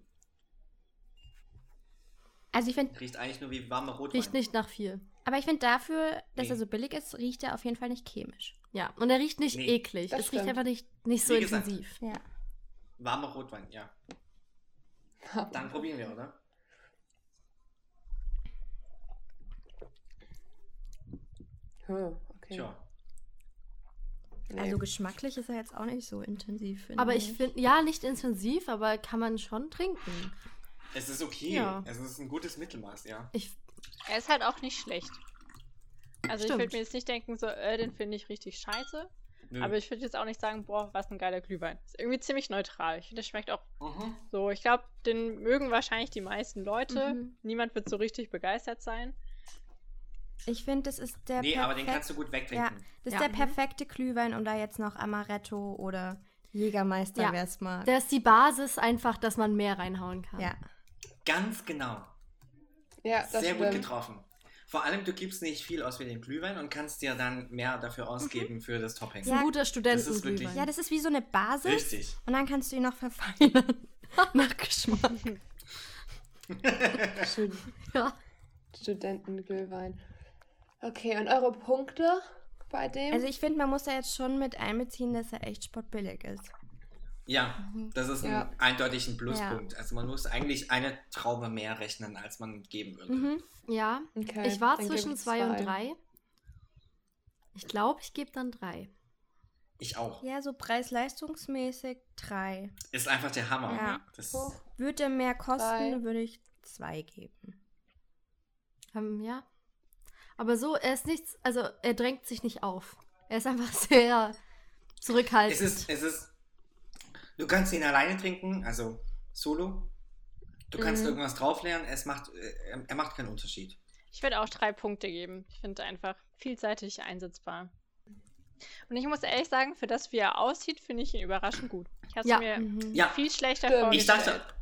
Speaker 3: Also ich finde,
Speaker 1: Riecht eigentlich nur wie warme Rotwein.
Speaker 2: Riecht nicht nach viel.
Speaker 3: aber ich finde dafür, dass
Speaker 1: Nee.
Speaker 3: er so billig ist, riecht er auf jeden Fall nicht chemisch.
Speaker 2: Ja, und er riecht nicht
Speaker 1: Nee,
Speaker 2: eklig.
Speaker 5: das
Speaker 2: Es riecht
Speaker 5: stimmt.
Speaker 2: einfach nicht, nicht so
Speaker 1: Wie gesagt.
Speaker 2: intensiv.
Speaker 3: Ja.
Speaker 1: Warmer Rotwein, ja. Dann probieren wir, oder?
Speaker 5: Hm, okay.
Speaker 1: Tja.
Speaker 5: Nee.
Speaker 3: Also geschmacklich ist er jetzt auch nicht so intensiv. Finde
Speaker 2: Aber ich finde, ja, nicht intensiv, aber kann man schon trinken.
Speaker 1: Es ist okay.
Speaker 2: Ja.
Speaker 1: Es ist ein gutes Mittelmaß, ja.
Speaker 2: Ich,
Speaker 4: Er ist halt auch nicht schlecht. Also ich
Speaker 2: Stimmt.
Speaker 4: würde mir jetzt nicht denken, so, äh, den finde ich richtig scheiße.
Speaker 1: Nö.
Speaker 4: Aber ich würde jetzt auch nicht sagen, boah, was ein geiler Glühwein. Ist irgendwie ziemlich neutral. Ich finde, der schmeckt auch
Speaker 1: Mhm.
Speaker 4: so. Ich glaube, den mögen wahrscheinlich die meisten Leute.
Speaker 3: Mhm.
Speaker 4: Niemand wird so richtig begeistert sein.
Speaker 3: Ich finde, das ist der
Speaker 1: Nee, aber den
Speaker 3: perfek-
Speaker 1: kannst du gut wegtrinken.
Speaker 3: das ist
Speaker 2: Ja.
Speaker 3: der perfekte Glühwein, um da jetzt noch Amaretto oder Jägermeister,
Speaker 2: Ja.
Speaker 3: wer es mag.
Speaker 2: da ist die Basis einfach, dass man mehr reinhauen kann.
Speaker 3: ja.
Speaker 1: Ganz genau.
Speaker 5: Ja, das
Speaker 1: Sehr gut
Speaker 5: stimmt.
Speaker 1: getroffen. Vor allem, du gibst nicht viel aus für den Glühwein und kannst dir dann mehr dafür ausgeben für das Topping.
Speaker 2: Ist ein
Speaker 3: Ja,
Speaker 2: guter
Speaker 1: ist wirklich-
Speaker 2: Studentenglühwein.
Speaker 3: ja, das ist wie so eine Basis.
Speaker 1: Richtig.
Speaker 3: Und dann kannst du ihn noch verfeinern. <laughs> Nach Geschmack.
Speaker 5: Stud
Speaker 2: Ja.
Speaker 5: Studentenglühwein. Okay, und eure Punkte bei dem?
Speaker 3: Also ich finde, man muss da jetzt schon mit einbeziehen, dass er echt sportbillig ist.
Speaker 1: Ja, das ist ein
Speaker 5: Ja.
Speaker 1: eindeutig ein Pluspunkt. Also man muss eigentlich eine Traube mehr rechnen, als man geben würde.
Speaker 3: Mhm.
Speaker 2: ja.
Speaker 5: okay,
Speaker 2: Ich war
Speaker 5: dann gebe
Speaker 2: zwischen
Speaker 5: ich
Speaker 2: zwei und drei. Ich glaube, ich gebe dann drei.
Speaker 1: Ich auch.
Speaker 3: Ja, so preis-leistungsmäßig drei.
Speaker 1: Ist einfach der Hammer.
Speaker 3: Ja.
Speaker 1: Das,
Speaker 5: Hoch.
Speaker 3: Würde er mehr
Speaker 5: Drei.
Speaker 3: kosten, würde ich zwei geben.
Speaker 2: Ähm, ja. Aber so, er ist nichts, also er drängt sich nicht auf. Er ist einfach <laughs> sehr
Speaker 1: es
Speaker 2: zurückhaltend.
Speaker 1: ist, es ist. Du kannst ihn alleine trinken, also solo. Du kannst
Speaker 5: Mhm.
Speaker 1: irgendwas drauflernen. Es macht, äh, er- er macht keinen Unterschied.
Speaker 4: Ich würde auch drei Punkte geben. Ich finde einfach vielseitig einsetzbar. Und ich muss ehrlich sagen, für das, wie er aussieht, finde ich ihn überraschend gut. Ich habe
Speaker 2: Ja.
Speaker 4: mir
Speaker 3: Mhm.
Speaker 1: Ja, Ähm,
Speaker 4: viel schlechter
Speaker 5: Stimmt.
Speaker 1: ich
Speaker 4: vorgestellt.
Speaker 1: dachte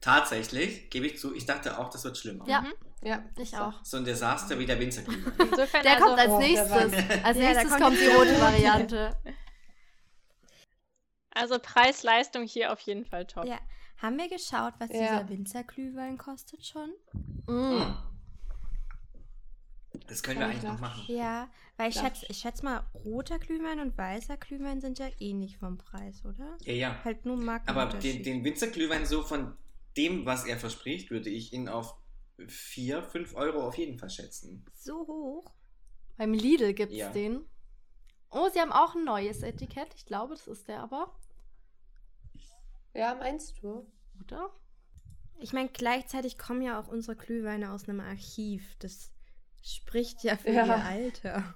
Speaker 1: tatsächlich, gebe ich zu, ich dachte auch, das wird schlimmer.
Speaker 2: Ja.
Speaker 4: Mhm.
Speaker 5: Ja,
Speaker 2: ich
Speaker 5: so.
Speaker 2: auch.
Speaker 1: So ein Desaster wie der Winzerglühwein.
Speaker 4: Insofern
Speaker 2: Der
Speaker 4: also,
Speaker 2: kommt als
Speaker 5: Oh, der
Speaker 2: nächstes. <laughs> Als
Speaker 3: Ja, da
Speaker 2: nächstes
Speaker 3: kommt-
Speaker 2: kommt die rote Variante.
Speaker 5: <laughs>
Speaker 4: also Preis-Leistung hier auf jeden Fall top.
Speaker 3: Ja. Haben wir geschaut, was
Speaker 5: Ja.
Speaker 3: dieser Winzerglühwein kostet schon?
Speaker 2: Mm.
Speaker 1: Hm. Das können
Speaker 5: Kann
Speaker 1: wir
Speaker 5: ich
Speaker 1: eigentlich noch
Speaker 5: noch-
Speaker 1: machen.
Speaker 3: Ja, weil ich
Speaker 5: Darf
Speaker 3: schätze, ich schätze mal, roter Glühwein und weißer Glühwein sind ja ähnlich vom Preis, oder?
Speaker 1: Ja, ja.
Speaker 3: Halt nur Marken.
Speaker 1: Aber den, den Winzerglühwein so von dem, was er verspricht, würde ich ihn auf 4, 5 Euro auf jeden Fall schätzen.
Speaker 3: so hoch.
Speaker 2: Beim Lidl gibt es
Speaker 1: Ja.
Speaker 2: den. Oh, sie haben auch ein neues Etikett. Ich glaube, das ist der aber.
Speaker 5: Ja, meinst du?
Speaker 2: Oder?
Speaker 3: Ich meine, gleichzeitig kommen ja auch unsere Glühweine aus einem Archiv. Das spricht ja für
Speaker 5: Ja.
Speaker 3: ihr Alter.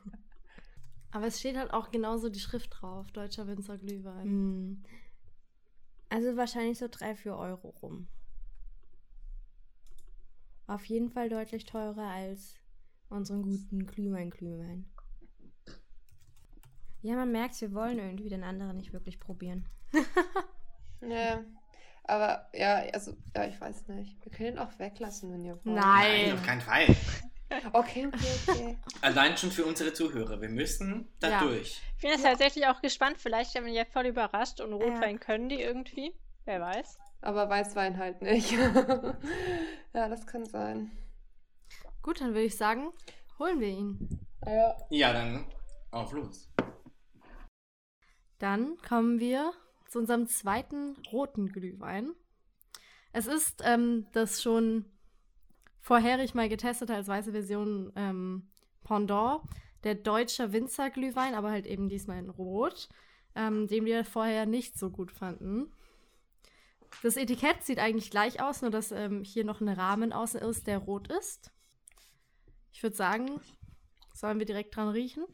Speaker 2: Aber es steht halt auch genauso die Schrift drauf: Deutscher Winzer Glühwein.
Speaker 3: Hm. Also wahrscheinlich so 3, 4 Euro rum. Auf jeden Fall deutlich teurer als unseren guten Glühwein-Glühwein. Ja, man merkt, wir wollen irgendwie den anderen nicht wirklich probieren.
Speaker 5: Ja. Aber ja, also, ja, ich weiß nicht. Wir können ihn auch weglassen, wenn ihr wollt.
Speaker 2: Nein.
Speaker 1: auf keinen Fall.
Speaker 5: Okay, okay, okay.
Speaker 1: Allein schon für unsere Zuhörer. Wir müssen da
Speaker 2: Ja.
Speaker 1: durch.
Speaker 4: Ich bin jetzt tatsächlich auch gespannt. Vielleicht werden wir ja voll überrascht und Rotwein können die irgendwie. Wer weiß.
Speaker 5: Aber Weißwein halt nicht. <laughs> ja, das kann sein.
Speaker 2: Gut, dann würde ich sagen, holen wir ihn.
Speaker 5: Ja.
Speaker 1: Ja, dann auf los.
Speaker 2: Dann kommen wir zu unserem zweiten roten Glühwein. Es ist ähm, das schon vorherig mal getestete als weiße Version ähm, Pendant, der deutsche Winzerglühwein, aber halt eben diesmal in Rot, ähm, den wir vorher nicht so gut fanden. Das Etikett sieht eigentlich gleich aus, nur dass ähm, hier noch ein Rahmen außen ist, der rot ist. Ich würde sagen, sollen wir direkt dran riechen?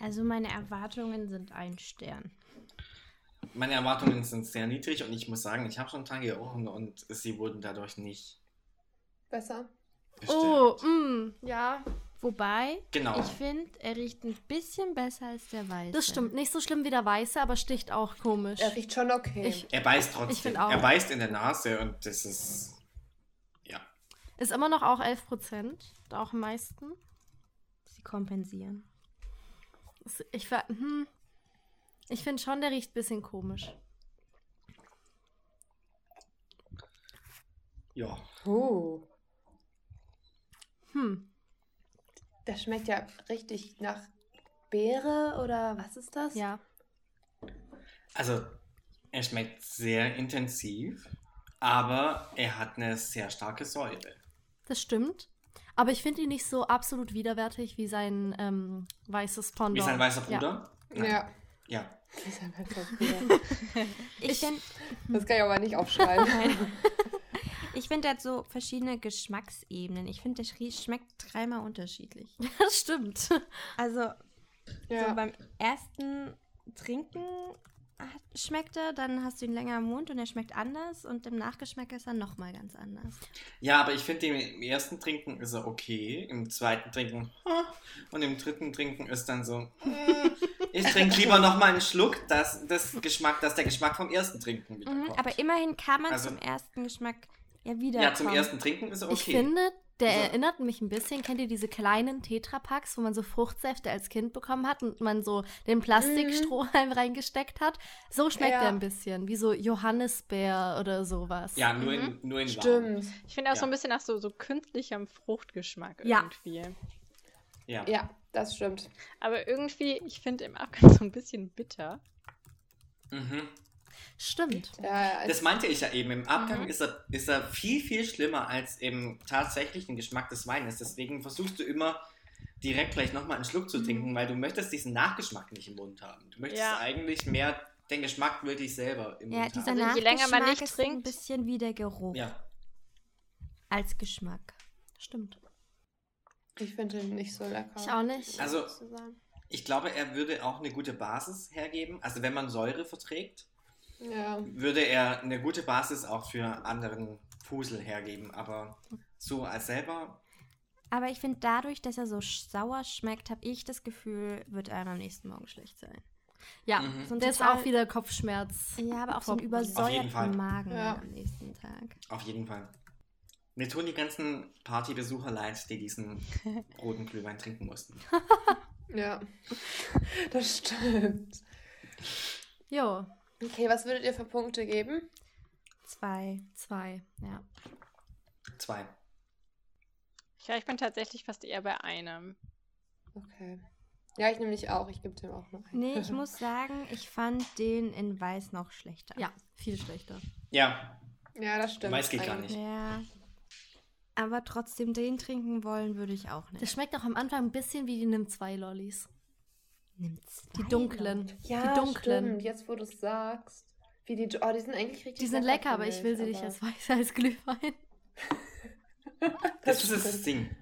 Speaker 3: Also meine Erwartungen sind ein Stern.
Speaker 1: Meine Erwartungen sind sehr niedrig und ich muss sagen, ich habe schon dran gerochen und sie wurden dadurch nicht
Speaker 5: Besser.
Speaker 1: gestört.
Speaker 2: Oh, mm, ja,
Speaker 3: Wobei,
Speaker 1: Genau.
Speaker 3: ich finde, er riecht ein bisschen besser als der Weiße.
Speaker 2: Das stimmt. Nicht so schlimm wie der Weiße, aber sticht auch komisch.
Speaker 5: Er riecht schon okay.
Speaker 2: Ich,
Speaker 1: Er beißt trotzdem.
Speaker 2: Ich find auch.
Speaker 1: Er beißt in der Nase und das ist. Ja.
Speaker 2: ist immer noch auch 11 Prozent. Auch am meisten.
Speaker 3: Sie kompensieren.
Speaker 2: Ist- Ich, ver- hm. ich finde schon, der riecht ein bisschen komisch.
Speaker 1: Ja.
Speaker 5: Oh.
Speaker 2: Hm.
Speaker 5: Das schmeckt ja richtig nach Beere oder was ist das?
Speaker 2: Ja.
Speaker 1: Also, er schmeckt sehr intensiv, aber er hat eine sehr starke Säure.
Speaker 2: Das stimmt. Aber ich finde ihn nicht so absolut widerwärtig wie sein ähm, weißes Pendant.
Speaker 1: Wie sein weißer Bruder? Nein.
Speaker 5: Ja.
Speaker 1: Ja.
Speaker 5: Das ist einfach so cool.
Speaker 3: Ich finde,
Speaker 5: <laughs> Das kann ich aber nicht aufschreiben.
Speaker 3: ich find, der hat so verschiedene Geschmacksebenen. Ich finde, der Schrie schmeckt dreimal
Speaker 2: <laughs>
Speaker 3: unterschiedlich.
Speaker 2: Das stimmt.
Speaker 3: Also so
Speaker 5: ja.
Speaker 3: beim ersten Trinken hat- schmeckt er, dann hast du ihn länger im Mund und er schmeckt anders und im Nachgeschmack ist er nochmal ganz anders.
Speaker 1: Ja, aber ich finde, im- im ersten Trinken ist er okay, im zweiten Trinken hm, und im dritten Trinken ist dann so, hm, ich trinke lieber nochmal einen Schluck, dass, das Geschmack, dass der Geschmack vom ersten Trinken wieder
Speaker 3: Mhm,
Speaker 1: kommt.
Speaker 3: aber immerhin kann man
Speaker 1: Oh Also-
Speaker 3: zum ersten Geschmack ja wieder.
Speaker 1: ja, zum
Speaker 3: kommen.
Speaker 1: ersten Trinken ist er okay.
Speaker 2: Ich finde, der
Speaker 1: Also-
Speaker 2: erinnert mich ein bisschen. Kennt ihr diese kleinen Tetrapacks, wo man so Fruchtsäfte als Kind bekommen hat und man so
Speaker 3: Mhm.
Speaker 2: den <laughs> Plastikstrohhalm reingesteckt hat? So schmeckt
Speaker 5: Ja.
Speaker 2: er ein bisschen, wie so Johannisbeer oder sowas.
Speaker 1: ja, nur in, nur in warm.
Speaker 5: Stimmt.
Speaker 4: Ich finde auch so
Speaker 1: Ja.
Speaker 4: ein bisschen nach so, so künstlichem Fruchtgeschmack
Speaker 2: Ja.
Speaker 4: irgendwie.
Speaker 1: Ja.
Speaker 5: Ja, das stimmt.
Speaker 4: Aber irgendwie, ich finde im Abgang <laughs> so ein bisschen bitter.
Speaker 1: Mhm.
Speaker 2: Stimmt.
Speaker 5: Ja, also
Speaker 1: Das meinte ich ja eben. Im Abgang
Speaker 4: Mhm.
Speaker 1: ist, er, ist er viel, viel schlimmer als im tatsächlichen Geschmack des Weines. Deswegen versuchst du immer direkt gleich nochmal einen Schluck zu trinken, weil du möchtest diesen Nachgeschmack nicht im Mund haben. Du möchtest
Speaker 4: Ja.
Speaker 1: eigentlich mehr den Geschmack wirklich selber im
Speaker 3: Ja,
Speaker 1: Mund
Speaker 3: dieser
Speaker 1: haben.
Speaker 4: Also je länger
Speaker 3: Nachgeschmack
Speaker 4: man nicht
Speaker 3: ist ein
Speaker 4: trinkt-
Speaker 3: bisschen wie der Geruch
Speaker 1: Ja.
Speaker 3: als Geschmack.
Speaker 2: Stimmt.
Speaker 5: ich finde ihn nicht so lecker.
Speaker 2: Ich auch nicht.
Speaker 1: Also-
Speaker 5: muss ich sagen.
Speaker 1: Ich glaube, er würde auch eine gute Basis hergeben. Also wenn man Säure verträgt,
Speaker 5: Ja.
Speaker 1: würde er eine gute Basis auch für anderen Fusel hergeben. Aber so als selber,
Speaker 3: Aber ich finde, dadurch, dass er so sch- sauer schmeckt, habe ich das Gefühl, wird einem am nächsten Morgen schlecht sein.
Speaker 2: Ja,
Speaker 1: Mhm.
Speaker 3: So ein
Speaker 2: der ist
Speaker 3: total-
Speaker 2: auch wieder Kopfschmerz.
Speaker 3: Ja, aber auch so einen
Speaker 2: Auf jeden
Speaker 1: Fall.
Speaker 3: übersäuerten Magen
Speaker 5: Ja.
Speaker 3: am nächsten Tag.
Speaker 1: auf jeden Fall. Mir tun die ganzen Partybesucher leid, die diesen
Speaker 5: <laughs>
Speaker 1: roten Glühwein trinken mussten.
Speaker 5: Ja. <laughs> Das stimmt.
Speaker 2: Jo,
Speaker 5: Okay, was würdet ihr für Punkte geben?
Speaker 3: Zwei.
Speaker 2: zwei. Ja.
Speaker 1: Zwei.
Speaker 4: Ja, ich bin tatsächlich fast eher bei einem.
Speaker 5: Okay. Ja, ich nehme dich auch. Ich gebe dem auch noch einen. <laughs>
Speaker 3: Nee, ich muss sagen, ich fand den in Weiß noch schlechter.
Speaker 2: Ja, viel schlechter.
Speaker 1: Ja,
Speaker 5: Ja, das stimmt.
Speaker 1: Weiß geht gar
Speaker 5: Eigentlich-
Speaker 1: nicht.
Speaker 3: Ja. Aber trotzdem den trinken wollen würde ich auch
Speaker 2: Der
Speaker 3: nicht.
Speaker 2: schmeckt auch am Anfang ein bisschen wie die Nimm zwei Lollis.
Speaker 3: Nimmt's.
Speaker 2: Die dunklen.
Speaker 5: Ja,
Speaker 2: die dunklen.
Speaker 5: stimmt. Jetzt, wo du es sagst. Wie die, oh, die sind eigentlich richtig
Speaker 2: Die sind lecker, aber
Speaker 5: finde
Speaker 2: ich will sie nicht
Speaker 5: aber-
Speaker 2: als weißer als Glühwein.
Speaker 1: das,
Speaker 5: Das
Speaker 1: ist das
Speaker 5: stimmt.
Speaker 1: Ding.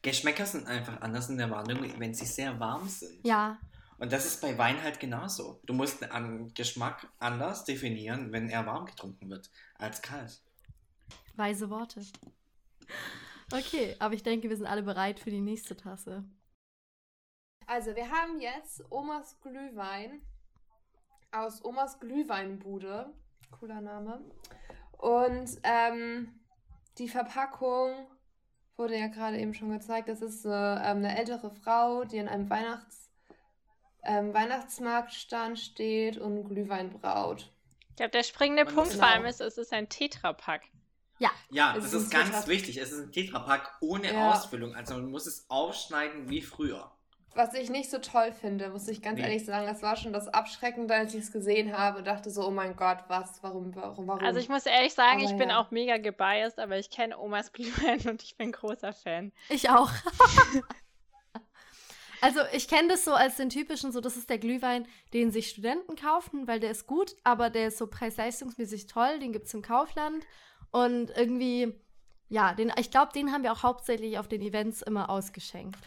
Speaker 1: Geschmäcker sind einfach anders in der Wahrnehmung, wenn sie sehr warm sind.
Speaker 2: Ja,
Speaker 1: Und das ist bei Wein halt genauso. Du musst einen Geschmack anders definieren, wenn er warm getrunken wird, als kalt.
Speaker 2: Weise Worte. Okay, aber ich denke, wir sind alle bereit für die nächste Tasse.
Speaker 5: Also, wir haben jetzt Omas Glühwein aus Omas Glühweinbude. Cooler Name. Und ähm, die Verpackung wurde ja gerade eben schon gezeigt. Das ist äh, ähm, eine ältere Frau, die in einem Weihnachts, ähm, Weihnachtsmarktstand steht und Glühwein braut.
Speaker 4: Ich glaube, der springende
Speaker 1: Man muss
Speaker 4: Punkt vor
Speaker 5: genau-
Speaker 4: allem ist, es ist ein Tetrapack.
Speaker 1: Ja, das
Speaker 5: Es ist
Speaker 1: ist
Speaker 5: ein
Speaker 1: ganz
Speaker 5: Tetrapack.
Speaker 1: wichtig. Es ist ein Tetrapack ohne
Speaker 5: Ja.
Speaker 1: Ausfüllung. Also man muss es aufschneiden wie früher.
Speaker 5: Was ich nicht so toll finde, muss ich ganz
Speaker 1: Nee.
Speaker 5: ehrlich sagen. Das war schon das Abschreckende, als ich es gesehen habe und dachte so, oh mein Gott, was, warum, warum, warum?
Speaker 4: Also ich muss ehrlich sagen,
Speaker 5: Aber
Speaker 4: ich bin
Speaker 5: ja.
Speaker 4: auch mega gebiased, aber ich kenne Omas <laughs> Glühwein und ich bin großer Fan.
Speaker 2: Ich <laughs> auch. also ich kenne das so als den typischen, so das ist der Glühwein, den sich Studenten kaufen, weil der ist gut, aber der ist so preis-leistungsmäßig toll, den gibt es im Kaufland. Und irgendwie, ja, den, ich glaube, den haben wir auch hauptsächlich auf den Events immer ausgeschenkt.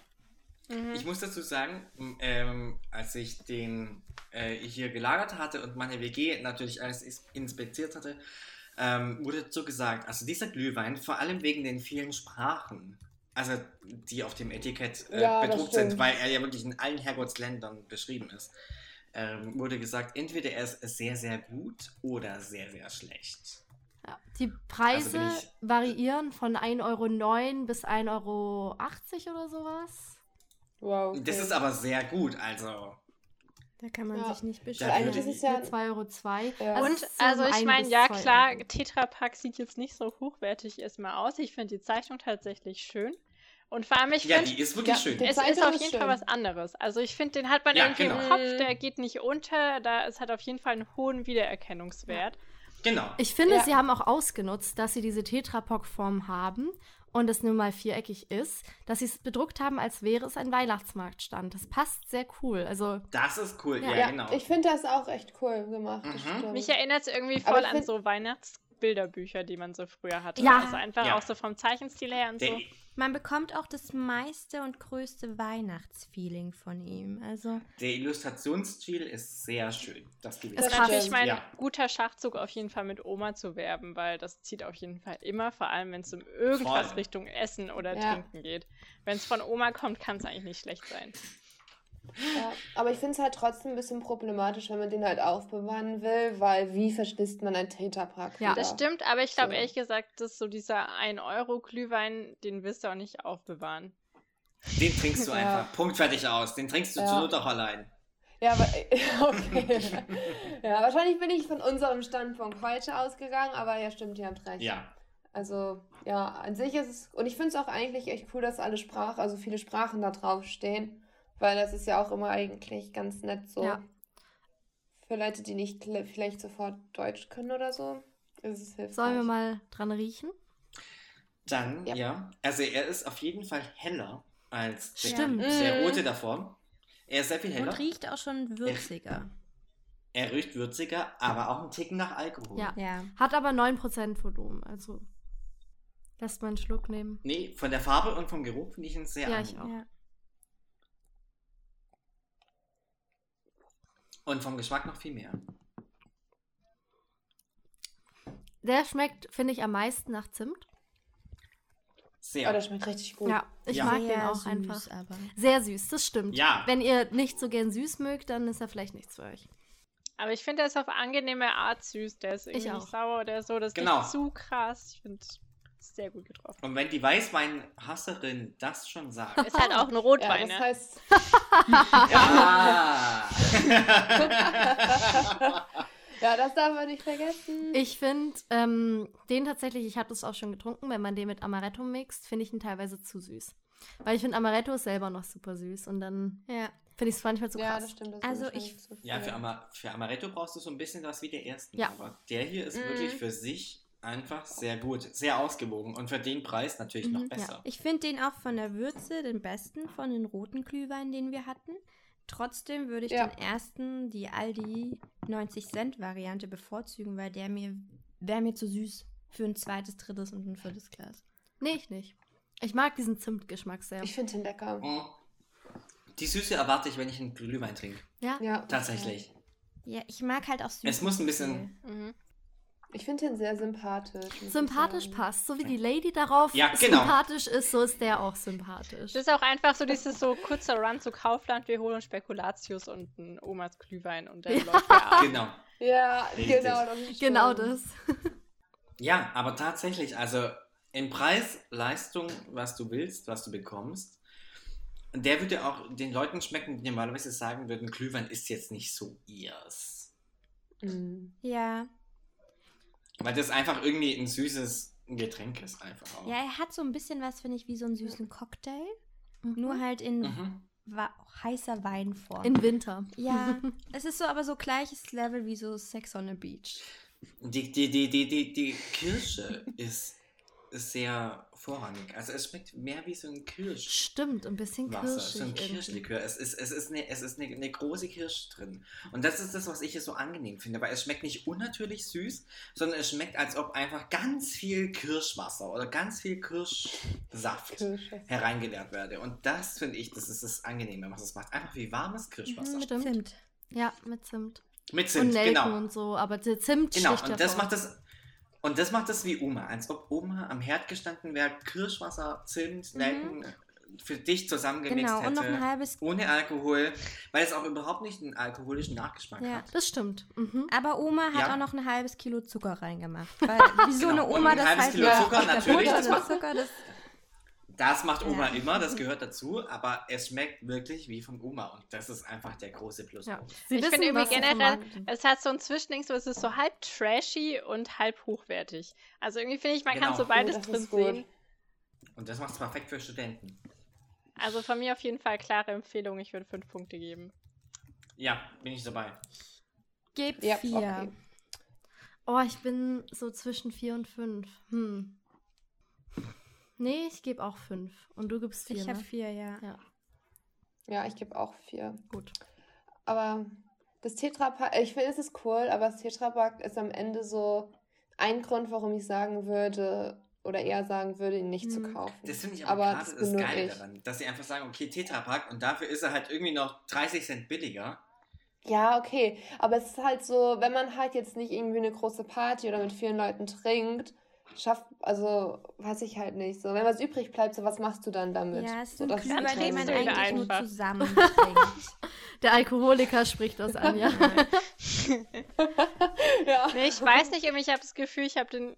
Speaker 1: Ich muss dazu sagen, m- ähm, als ich den äh, hier gelagert hatte und meine WG natürlich alles is- inspiziert hatte, ähm, wurde dazu gesagt, also dieser Glühwein, vor allem wegen den vielen Sprachen, also die auf dem Etikett äh,
Speaker 5: Ja, das
Speaker 1: bedruckt sind,
Speaker 5: stimmt.
Speaker 1: weil er ja wirklich in allen Herrgottsländern beschrieben ist, ähm, wurde gesagt, entweder er ist sehr, sehr gut oder sehr, sehr schlecht.
Speaker 2: Ja. Die Preise
Speaker 1: Also bin ich-
Speaker 2: variieren von 1,09 Euro bis 1,80 Euro oder sowas.
Speaker 5: wow, okay.
Speaker 1: Das ist aber sehr gut, also.
Speaker 3: Da kann man
Speaker 5: Ja.
Speaker 3: sich nicht
Speaker 1: Ja,
Speaker 3: beschweren.
Speaker 5: Eigentlich ist es ja
Speaker 2: 2,02 Euro.
Speaker 5: Ja.
Speaker 2: Also es
Speaker 4: Und
Speaker 2: ist so
Speaker 4: also
Speaker 2: um
Speaker 4: ich
Speaker 2: ein
Speaker 4: meine,
Speaker 2: bis
Speaker 4: ja
Speaker 2: zwei Euro.
Speaker 4: klar, Tetrapack sieht jetzt nicht so hochwertig erstmal aus. Ich finde die Zeichnung tatsächlich schön. Und vor allem, ich
Speaker 1: Ja,
Speaker 4: finde,
Speaker 1: die ist wirklich
Speaker 5: Ja,
Speaker 1: schön.
Speaker 5: der-
Speaker 4: es
Speaker 5: Zeit
Speaker 4: ist auf
Speaker 5: ist
Speaker 4: jeden
Speaker 5: schön.
Speaker 4: Fall was anderes. Also ich finde, den hat man
Speaker 1: Ja,
Speaker 4: irgendwie
Speaker 1: genau.
Speaker 4: im Kopf, der geht nicht unter, da es hat auf jeden Fall einen hohen Wiedererkennungswert.
Speaker 1: Genau.
Speaker 2: Ich finde,
Speaker 5: Ja.
Speaker 2: sie haben auch ausgenutzt, dass sie diese Tetrapock-Form haben und es nun mal viereckig ist, dass sie es bedruckt haben, als wäre es ein Weihnachtsmarktstand. Das passt sehr cool. Also,
Speaker 1: Das ist cool. Ja,
Speaker 2: Ja.
Speaker 1: genau.
Speaker 5: ich finde das auch echt cool gemacht. das
Speaker 1: Mhm.
Speaker 5: stimmt.
Speaker 4: Mich erinnert es irgendwie
Speaker 5: Ähm, Aber
Speaker 4: voll
Speaker 5: ich
Speaker 4: an
Speaker 5: find-
Speaker 4: so Weihnachtsbilderbücher, die man so früher hatte.
Speaker 2: Ja.
Speaker 4: Also einfach
Speaker 1: Ja. Äh,
Speaker 4: auch so vom Zeichenstil her und
Speaker 1: Der,
Speaker 4: so.
Speaker 3: Man bekommt auch das meiste und größte Weihnachtsfeeling von ihm. Also
Speaker 1: der Illustrationsstil ist sehr schön. Das gebe ich
Speaker 2: Das
Speaker 4: Das
Speaker 1: zu.
Speaker 2: passt.
Speaker 4: ist natürlich mein
Speaker 1: Ja.
Speaker 4: guter Schachzug, auf jeden Fall mit Oma zu werben, weil das zieht auf jeden Fall immer, vor allem wenn es um irgendwas
Speaker 1: Voll.
Speaker 4: Richtung Essen oder
Speaker 5: Ja.
Speaker 4: Trinken geht. Wenn es von Oma kommt, kann es eigentlich nicht schlecht sein.
Speaker 5: Ja, aber ich finde es halt trotzdem ein bisschen problematisch, wenn man den halt aufbewahren will, weil wie verschließt man ein Tetrapack?
Speaker 2: Ja.
Speaker 4: Das stimmt, aber ich glaube
Speaker 5: So.
Speaker 4: ehrlich gesagt, dass so dieser 1-Euro-Glühwein, den wirst du auch nicht aufbewahren.
Speaker 1: Den trinkst du
Speaker 5: Ja.
Speaker 1: einfach. Punkt fertig aus. Den trinkst du
Speaker 5: Ja.
Speaker 1: zur Not auch allein.
Speaker 5: Ja, aber, <laughs> okay. ja, wahrscheinlich bin ich von unserem Standpunkt heute ausgegangen, aber ja, stimmt, ihr habt recht.
Speaker 1: Ja.
Speaker 5: Also, ja, an sich ist es, und ich finde es auch eigentlich echt cool, dass alle Sprachen, also viele Sprachen da drauf stehen, weil das ist ja auch immer eigentlich ganz nett so.
Speaker 2: Ja.
Speaker 5: Für Leute, die nicht gl- vielleicht sofort Deutsch können oder so, ist es hilfreich.
Speaker 2: sollen wir mal dran riechen?
Speaker 1: Dann, ja.
Speaker 5: Ja.
Speaker 1: Also er ist auf jeden Fall heller als der,
Speaker 2: Stimmt.
Speaker 1: der
Speaker 5: Mhm.
Speaker 1: rote davor. Er ist sehr viel heller.
Speaker 3: und riecht auch schon würziger.
Speaker 1: Er riecht würziger, aber auch einen Ticken nach Alkohol.
Speaker 2: Ja.
Speaker 3: Ja.
Speaker 2: Hat aber 9% Volumen. Also, lässt mal einen Schluck nehmen.
Speaker 1: Nee, von der Farbe und vom Geruch finde ich ihn sehr
Speaker 2: Ja, ich
Speaker 1: angenehm.
Speaker 2: auch.
Speaker 3: ja.
Speaker 1: Und vom Geschmack noch viel mehr.
Speaker 2: Der schmeckt, finde ich, am meisten nach Zimt.
Speaker 1: Sehr.
Speaker 5: Oh, das schmeckt richtig gut.
Speaker 2: Ja, ich
Speaker 1: Ja.
Speaker 2: mag den
Speaker 3: Sehr
Speaker 2: auch
Speaker 3: süß,
Speaker 2: einfach.
Speaker 3: Aber.
Speaker 2: Sehr süß, das stimmt.
Speaker 1: Ja.
Speaker 2: Wenn ihr nicht so gern süß mögt, dann ist er vielleicht nichts für euch.
Speaker 4: Aber ich finde, der ist auf angenehme Art süß. Der ist irgendwie
Speaker 2: auch.
Speaker 4: nicht sauer oder so. Das ist
Speaker 1: Genau.
Speaker 4: nicht zu krass. Ich finde, sehr gut getroffen.
Speaker 1: Und wenn die Weißweinhasserin das schon sagt.
Speaker 2: <laughs>
Speaker 4: Ist halt auch ein
Speaker 5: Ja,
Speaker 4: Rotwein,
Speaker 5: das
Speaker 1: <laughs>
Speaker 4: ne?
Speaker 5: heißt, <laughs>
Speaker 1: ah!
Speaker 5: ja, das darf man nicht vergessen.
Speaker 2: Ich finde ähm, den tatsächlich, ich habe das auch schon getrunken, wenn man den mit Amaretto mixt, finde ich ihn teilweise zu süß. Weil ich finde Amaretto ist selber noch super süß und dann
Speaker 3: Ja.
Speaker 2: finde ich es manchmal zu
Speaker 5: ja,
Speaker 2: krass.
Speaker 5: das stimmt. Das
Speaker 3: Also
Speaker 5: ist
Speaker 3: ich-
Speaker 5: wahrscheinlich zu
Speaker 1: ja,
Speaker 5: viel.
Speaker 1: für, Ama für Amaretto brauchst du so ein bisschen was wie der ersten.
Speaker 2: Ja.
Speaker 1: Aber der hier ist
Speaker 5: Mhm.
Speaker 1: wirklich für sich einfach sehr gut. Sehr ausgewogen. Und für den Preis natürlich noch
Speaker 3: Mhm,
Speaker 1: besser.
Speaker 3: Ich finde den auch von der Würze den besten von den roten Glühweinen, den wir hatten. Trotzdem würde ich
Speaker 5: Ja.
Speaker 3: den ersten, die Aldi 90 Cent Variante bevorzugen, weil der mir wäre mir zu süß für ein zweites, drittes und ein viertes Glas.
Speaker 2: Nee, ich nicht. Ich mag diesen Zimtgeschmack sehr.
Speaker 5: Ich finde den lecker.
Speaker 1: Mhm. Die Süße erwarte ich, wenn ich einen Glühwein trinke.
Speaker 2: Ja,
Speaker 5: Ja,
Speaker 1: Tatsächlich.
Speaker 3: Ja, ich mag halt auch süß.
Speaker 1: Es muss ein bisschen-
Speaker 4: Mhm.
Speaker 5: Ich finde den sehr sympathisch. muss
Speaker 2: sympathisch
Speaker 5: ich sagen.
Speaker 2: passt. So wie die Lady darauf
Speaker 1: Ja, genau.
Speaker 2: sympathisch ist, so ist der auch sympathisch.
Speaker 4: Es ist auch einfach so dieses so kurzer Run zu Kaufland. Wir holen Spekulatius und ein Omas Glühwein und dann läuft der
Speaker 1: <laughs>
Speaker 4: ab.
Speaker 1: Genau.
Speaker 5: Ja,
Speaker 1: Richtig.
Speaker 5: genau. Das ist
Speaker 2: Genau
Speaker 5: schön.
Speaker 2: das.
Speaker 1: Ja, aber tatsächlich, also im Preis, Leistung, was du willst, was du bekommst, der würde auch den Leuten schmecken, die normalerweise sagen würden, Glühwein ist jetzt nicht so ihrs.
Speaker 5: Mhm.
Speaker 3: Ja.
Speaker 1: Weil das einfach irgendwie ein süßes Getränk ist, einfach auch.
Speaker 3: Ja, er hat so ein bisschen was, finde ich, wie so einen süßen Cocktail. Nur
Speaker 2: Nur
Speaker 3: halt in
Speaker 1: Mhm.
Speaker 3: wa heißer Weinform.
Speaker 2: in Winter.
Speaker 3: ja, es ist so aber so gleiches Level wie so Sex on a Beach.
Speaker 1: Die, die, die, die, die, die Kirsche ist, ist sehr vorrangig. Also es schmeckt mehr wie so ein Kirsch.
Speaker 2: Stimmt, ein bisschen
Speaker 1: Wasser, so ein
Speaker 2: kirschig. irgendwie.
Speaker 1: Kirschlikör. Es ist, es ist, eine, es ist eine, eine große Kirsche drin. Und das ist das, was ich hier so angenehm finde, weil es schmeckt nicht unnatürlich süß, sondern es schmeckt, als ob einfach ganz viel Kirschwasser oder ganz viel Kirschsaft
Speaker 5: Kirsche.
Speaker 1: hereingeleert werde. Und das finde ich, das ist das Angenehme, was es macht. Einfach wie warmes Kirschwasser.
Speaker 3: Mhm,
Speaker 2: Stimmt.
Speaker 3: Zimt.
Speaker 2: Ja, mit Zimt.
Speaker 1: Mit
Speaker 2: und
Speaker 1: Zimt,
Speaker 2: Nelken
Speaker 1: genau.
Speaker 2: und so, aber der Zimt
Speaker 1: Genau,
Speaker 2: sticht
Speaker 1: und das
Speaker 2: hervor.
Speaker 1: macht das. Und das macht das wie Oma, als ob Oma am Herd gestanden wäre, Kirschwasser, Zimt,
Speaker 3: Mhm.
Speaker 1: Nelken äh, für dich zusammengemixt
Speaker 3: Genau,
Speaker 1: hätte.
Speaker 3: und noch ein halbes
Speaker 1: Ohne Alkohol, weil es auch überhaupt nicht einen alkoholischen Nachgeschmack
Speaker 3: Ja.
Speaker 1: hat.
Speaker 2: Das stimmt. Mhm.
Speaker 3: Aber Oma hat
Speaker 1: Ja.
Speaker 3: auch noch ein halbes Kilo Zucker
Speaker 5: <laughs>
Speaker 3: reingemacht. Weil, wieso
Speaker 1: Genau,
Speaker 3: eine
Speaker 1: und
Speaker 3: Oma
Speaker 1: ein
Speaker 3: <laughs> das
Speaker 1: halbes
Speaker 3: halt
Speaker 1: Kilo
Speaker 3: macht.
Speaker 1: Zucker,
Speaker 3: Der
Speaker 1: natürlich, das
Speaker 3: Bruder
Speaker 1: macht-
Speaker 3: mit Zucker, das
Speaker 1: Das macht Oma
Speaker 3: Ja.
Speaker 1: immer, das gehört dazu, aber es schmeckt wirklich wie von Oma und das ist einfach der große
Speaker 2: Ja.
Speaker 1: Pluspunkt.
Speaker 2: Sie
Speaker 4: Ich
Speaker 2: wissen,
Speaker 4: finde irgendwie
Speaker 2: was sie
Speaker 4: generell-
Speaker 2: vermarkten.
Speaker 4: Es hat so ein Zwischending, so es ist so halb trashy und halb hochwertig. Also irgendwie finde ich, man
Speaker 1: Genau.
Speaker 4: kann so
Speaker 1: Oh,
Speaker 4: beides
Speaker 5: Oh, das
Speaker 4: drin
Speaker 5: ist gut.
Speaker 4: sehen.
Speaker 1: Und das macht es perfekt für Studenten.
Speaker 4: Also von mir auf jeden Fall klare Empfehlung. Ich würde fünf Punkte geben.
Speaker 1: Ja, bin ich dabei.
Speaker 2: Gebt
Speaker 5: Ja,
Speaker 2: vier.
Speaker 5: okay.
Speaker 2: Oh, ich bin so zwischen vier und fünf. Hm. Nee, ich gebe auch fünf. Und du gibst vier.
Speaker 3: Ich habe
Speaker 2: Ne?
Speaker 3: vier, ja.
Speaker 2: Ja,
Speaker 5: Ja, ich gebe auch vier.
Speaker 2: gut.
Speaker 5: Aber das Tetrapack, äh, ich finde, es ist cool, aber das Tetrapack ist am Ende so ein Grund, warum ich sagen würde, oder eher sagen würde, ihn nicht zu
Speaker 3: Mhm.
Speaker 2: Hm.
Speaker 5: kaufen.
Speaker 1: Das finde ich aber,
Speaker 5: Aber
Speaker 1: gerade
Speaker 5: das
Speaker 1: das,
Speaker 5: bin nur
Speaker 1: Geile
Speaker 5: ich.
Speaker 1: daran, dass sie einfach sagen, okay, Tetra Pak und dafür ist er halt irgendwie noch 30 Cent billiger.
Speaker 5: Ja, okay. Aber es ist halt so, wenn man halt jetzt nicht irgendwie eine große Party oder mit vielen Leuten trinkt, schafft, also weiß ich halt nicht. So, wenn was übrig bleibt, so was machst du dann damit?
Speaker 3: Ja, es ist
Speaker 5: So,
Speaker 3: ein
Speaker 5: das ist
Speaker 3: Klüger,
Speaker 5: halt
Speaker 3: den man
Speaker 5: so.
Speaker 3: eigentlich
Speaker 4: einfach.
Speaker 3: nur zusammen trinkt.
Speaker 2: Der Alkoholiker spricht das an, ja.
Speaker 5: <laughs>
Speaker 4: <laughs>
Speaker 5: Ja.
Speaker 4: Nee, ich weiß nicht, irgendwie, ich habe das Gefühl, ich habe den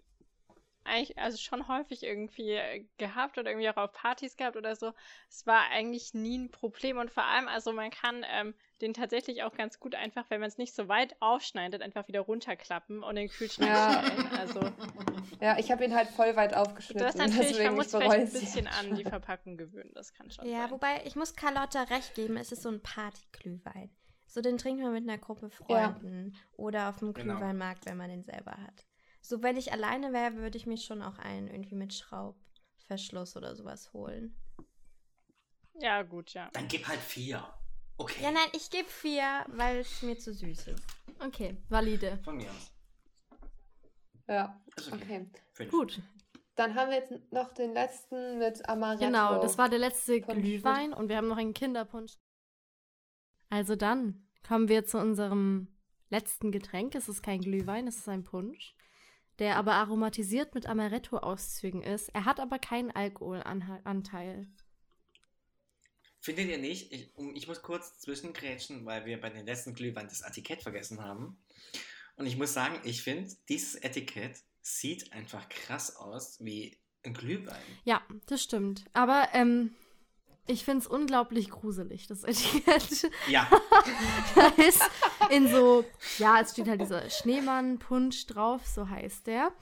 Speaker 4: eigentlich, also schon häufig irgendwie äh, gehabt oder irgendwie auch auf Partys gehabt oder so. Es war eigentlich nie ein Problem und vor allem, also man kann ähm, den tatsächlich auch ganz gut einfach, wenn man es nicht so weit aufschneidet, einfach wieder runterklappen und in den Kühlschrank
Speaker 5: Ja.
Speaker 4: stellen. Also
Speaker 5: Ja, ich habe ihn halt voll weit aufgeschnitten,
Speaker 4: das natürlich,
Speaker 5: deswegen
Speaker 4: man
Speaker 5: ich
Speaker 4: muss
Speaker 5: bereue
Speaker 4: vielleicht ein
Speaker 5: es jetzt
Speaker 4: bisschen an
Speaker 5: schon.
Speaker 4: die Verpackung gewöhnen, das kann schon
Speaker 3: ja,
Speaker 4: sein.
Speaker 3: wobei ich muss Carlotta recht geben, es ist so ein Partyglühwein. So den trinkt man mit einer Gruppe Freunden oder auf dem
Speaker 1: Genau.
Speaker 3: Glühweinmarkt, wenn man den selber hat. So wenn ich alleine wäre, würde ich mich schon auch einen irgendwie mit Schraubverschluss oder sowas holen.
Speaker 4: Ja, gut, ja.
Speaker 1: Dann gib halt vier. Okay.
Speaker 3: Ja, nein, ich gebe vier, weil es mir zu süß ist.
Speaker 2: Okay, valide.
Speaker 1: Von mir aus.
Speaker 5: Ja,
Speaker 1: Ist okay.
Speaker 5: okay.
Speaker 1: Fünf.
Speaker 2: Gut,
Speaker 5: Dann haben wir jetzt noch den letzten mit Amaretto.
Speaker 2: genau. Das war der letzte
Speaker 5: Punsch mit-
Speaker 2: Glühwein und wir haben noch einen Kinderpunsch. Also dann kommen wir zu unserem letzten Getränk. Es ist kein Glühwein, es ist ein Punsch, der aber aromatisiert mit Amaretto-Auszügen ist. Er hat aber keinen Alkoholanteil.
Speaker 1: Findet ihr nicht? Ich, um, ich muss kurz zwischengrätschen, weil wir bei den letzten Glühwein das Etikett vergessen haben. Und ich muss sagen, ich finde, dieses Etikett sieht einfach krass aus wie ein Glühwein.
Speaker 2: Ja, das stimmt. Aber ähm, ich finde es unglaublich gruselig, das Etikett.
Speaker 1: Ja,
Speaker 2: da ist in so, ja, es steht halt dieser Schneemann-Punsch drauf, so heißt der.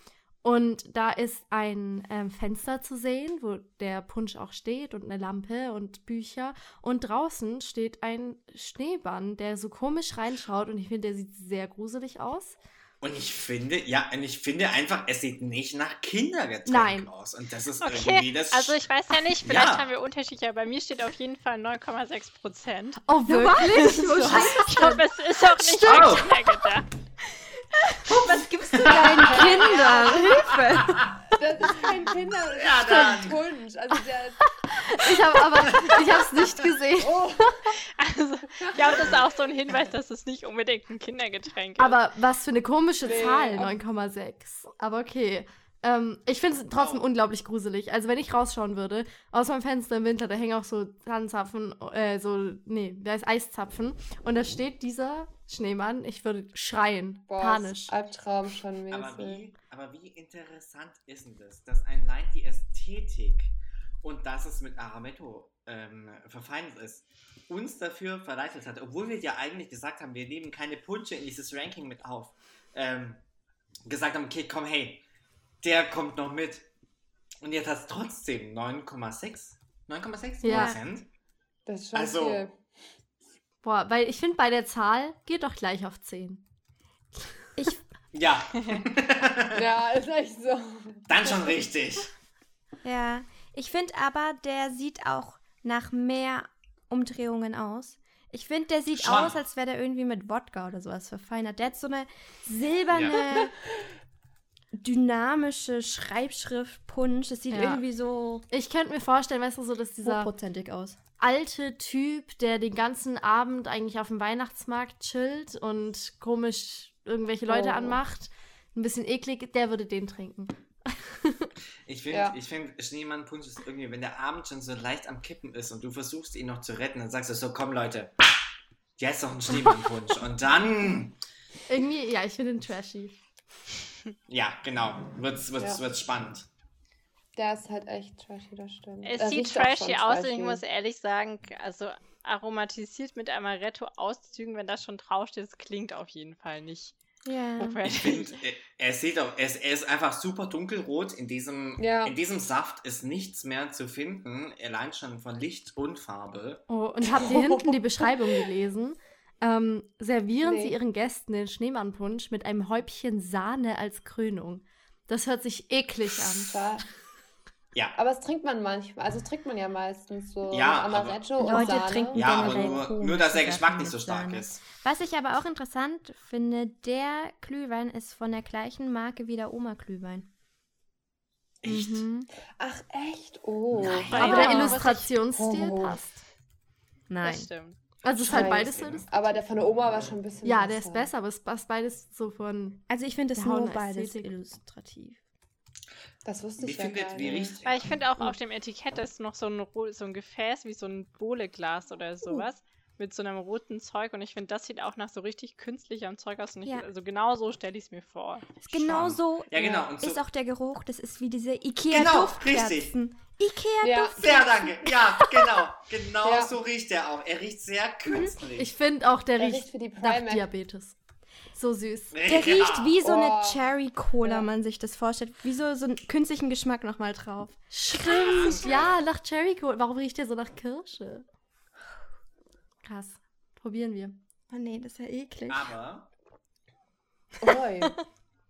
Speaker 2: Und da ist ein ähm, Fenster zu sehen, wo der Punsch auch steht und eine Lampe und Bücher. Und draußen steht ein Schneemann, der so komisch reinschaut und ich finde, der sieht sehr gruselig aus.
Speaker 1: und ich finde, ja, und ich finde einfach, es sieht nicht nach Kindergetränk
Speaker 2: Nein.
Speaker 1: aus. Und das ist irgendwie
Speaker 4: Okay,
Speaker 1: das.
Speaker 4: also ich weiß ja nicht, vielleicht
Speaker 1: Ja.
Speaker 4: haben wir unterschiedlicher. Bei mir steht auf jeden Fall 9,6 Prozent.
Speaker 2: Oh, wirklich?
Speaker 4: So, ich hoffe, es ist auch nicht
Speaker 1: Stopp!
Speaker 4: weitergedacht.
Speaker 3: Was gibst du <laughs> deinen
Speaker 2: Kinder, Hilfe!
Speaker 5: Das ist kein Kinder,
Speaker 4: <laughs>
Speaker 5: das
Speaker 1: Ja,
Speaker 5: ist ein Punsch. Also der,
Speaker 2: Ich habe aber, ich habe es nicht gesehen.
Speaker 5: oh,
Speaker 4: Also, ich glaube, das ist auch so ein Hinweis, dass es nicht unbedingt ein Kindergetränk ist.
Speaker 2: Aber was für eine komische
Speaker 5: Nee, also
Speaker 2: Zahl,
Speaker 5: ab-
Speaker 2: 9,6. Aber okay. Ähm, ich finde es trotzdem
Speaker 5: Genau.
Speaker 1: Wow.
Speaker 2: unglaublich gruselig. Also wenn ich rausschauen würde, aus meinem Fenster im Winter, da hängen auch so Zahnzapfen, äh, so, nee, da ist Eiszapfen. Und da steht dieser Schneemann, ich würde schreien,
Speaker 5: boah,
Speaker 2: panisch.
Speaker 5: Albtraum schon
Speaker 1: Aber
Speaker 5: mäßig.
Speaker 1: wie, aber wie interessant ist denn das, dass allein die Ästhetik und dass es mit Arametto ähm, verfeinert ist, uns dafür verleitet hat, obwohl wir ja eigentlich gesagt haben, wir nehmen keine Punsche in dieses Ranking mit auf, ähm, gesagt haben, okay, komm, hey, der kommt noch mit. Und jetzt hat es trotzdem 9,6 9,6
Speaker 2: Ja.
Speaker 1: Prozent.
Speaker 5: Das ist schon
Speaker 1: Also-
Speaker 5: viel.
Speaker 2: Boah, weil ich finde bei der Zahl, geht doch gleich auf 10.
Speaker 1: Ja,
Speaker 5: Ja, ist echt so.
Speaker 1: dann schon richtig.
Speaker 3: Ja, ich finde aber, der sieht auch nach mehr Umdrehungen aus. Ich finde, der sieht
Speaker 1: Schon.
Speaker 3: aus, als wäre der irgendwie mit Wodka oder sowas verfeinert. Der hat so eine silberne, dynamische Schreibschrift, Punsch. Das sieht
Speaker 2: Ja.
Speaker 3: irgendwie so
Speaker 2: Ich könnte mir vorstellen, weißt du, so, dass dieser
Speaker 3: hochprozentig aus.
Speaker 2: alte Typ, der den ganzen Abend eigentlich auf dem Weihnachtsmarkt chillt und komisch irgendwelche Leute
Speaker 5: Oh.
Speaker 2: anmacht, ein bisschen eklig, der würde den trinken.
Speaker 1: Ich finde,
Speaker 5: Ja.
Speaker 1: ich finde, Schneemann-Punsch ist irgendwie, wenn der Abend schon so leicht am Kippen ist und du versuchst, ihn noch zu retten, dann sagst du so, komm Leute, jetzt noch ein Schneemann-Punsch. und dann,
Speaker 2: Irgendwie, ja, ich finde den trashy.
Speaker 1: ja, genau, wird's, wird's,
Speaker 5: Ja.
Speaker 1: wird's spannend.
Speaker 5: Der ist halt echt trashy, das stimmt.
Speaker 4: es
Speaker 5: Das
Speaker 4: sieht
Speaker 5: riecht auch
Speaker 4: trashy
Speaker 5: schon
Speaker 4: aus und ich muss ehrlich sagen, also aromatisiert mit Amaretto-Auszügen, wenn das schon draufsteht, das klingt auf jeden Fall nicht
Speaker 3: Ja.
Speaker 1: Ich finde, er, sieht auch, er, ist, er ist einfach super dunkelrot. In diesem,
Speaker 5: Ja.
Speaker 1: in diesem Saft ist nichts mehr zu finden, allein schon von Licht und Farbe.
Speaker 2: Oh, und habt ihr hinten die <laughs> Beschreibung gelesen? Ähm, servieren
Speaker 5: Nee.
Speaker 2: Sie Ihren Gästen den Schneemannpunsch mit einem Häubchen Sahne als Krönung. Das hört sich eklig an.
Speaker 5: Schade.
Speaker 1: Ja.
Speaker 5: Aber das trinkt man manchmal. Also trinkt man ja meistens so
Speaker 1: Ja,
Speaker 5: Amaretto und
Speaker 3: Leute
Speaker 5: Sahne.
Speaker 3: trinken-
Speaker 1: Ja, aber
Speaker 3: Generell
Speaker 1: nur,
Speaker 3: komische
Speaker 1: nur dass der Geschmack
Speaker 3: Sachen
Speaker 1: nicht so
Speaker 3: mit
Speaker 1: stark
Speaker 3: Sahne.
Speaker 1: ist.
Speaker 3: Was ich aber auch interessant finde, der Glühwein ist von der gleichen Marke wie der Oma-Glühwein.
Speaker 1: Echt?
Speaker 2: Mhm.
Speaker 5: Ach echt? Oh.
Speaker 1: Nein.
Speaker 2: Aber
Speaker 4: Ja.
Speaker 2: der Illustrationsstil
Speaker 5: Oh.
Speaker 2: passt.
Speaker 4: Das
Speaker 3: Nein.
Speaker 4: stimmt.
Speaker 2: Also es ist halt beides so.
Speaker 1: Scheiße.
Speaker 5: Aber der von der Oma war schon ein bisschen
Speaker 2: Ja, der ist besser, aber es passt beides so von.
Speaker 3: Also ich finde das
Speaker 2: Der
Speaker 3: nur
Speaker 2: Hauner
Speaker 3: beides
Speaker 2: Ästhetik.
Speaker 3: illustrativ.
Speaker 5: Das wusste
Speaker 1: Wie
Speaker 5: ich ja gar
Speaker 1: findet, wie
Speaker 5: nicht.
Speaker 1: riecht
Speaker 4: Weil ich finde auch auf dem Etikett ist noch so ein, ro- so ein Gefäß wie so ein Bohleglas oder sowas mit so einem roten Zeug und ich finde, das sieht auch nach so richtig künstlichem Zeug aus. Und ich,
Speaker 3: Ja.
Speaker 4: Also genau so stelle ich es mir vor.
Speaker 3: Ist Genau
Speaker 1: Scham.
Speaker 3: so
Speaker 1: Ja, genau, und so-
Speaker 3: ist auch der Geruch. Das ist wie diese ikea
Speaker 1: Genau,
Speaker 3: duftkerzen ikea
Speaker 5: Ja.
Speaker 3: duft
Speaker 1: Sehr danke. Ja, genau. Genau
Speaker 5: Ja.
Speaker 1: so riecht er auch. Er riecht sehr künstlich.
Speaker 2: Ich finde auch, der
Speaker 5: Der
Speaker 2: riecht
Speaker 5: riecht für die
Speaker 2: nach
Speaker 5: Primac.
Speaker 2: Diabetes. So süß.
Speaker 3: Der riecht wie so eine
Speaker 5: Oh.
Speaker 3: Cherry-Cola,
Speaker 5: Ja.
Speaker 3: man sich das vorstellt. Wie so, so einen künstlichen Geschmack nochmal drauf.
Speaker 2: Stimmt, ja, nach Cherry Cola. Warum riecht der so nach Kirsche? Krass. Probieren wir.
Speaker 3: Oh nee, das ist ja eklig.
Speaker 1: Ah, Aber
Speaker 2: <laughs>
Speaker 5: Ui.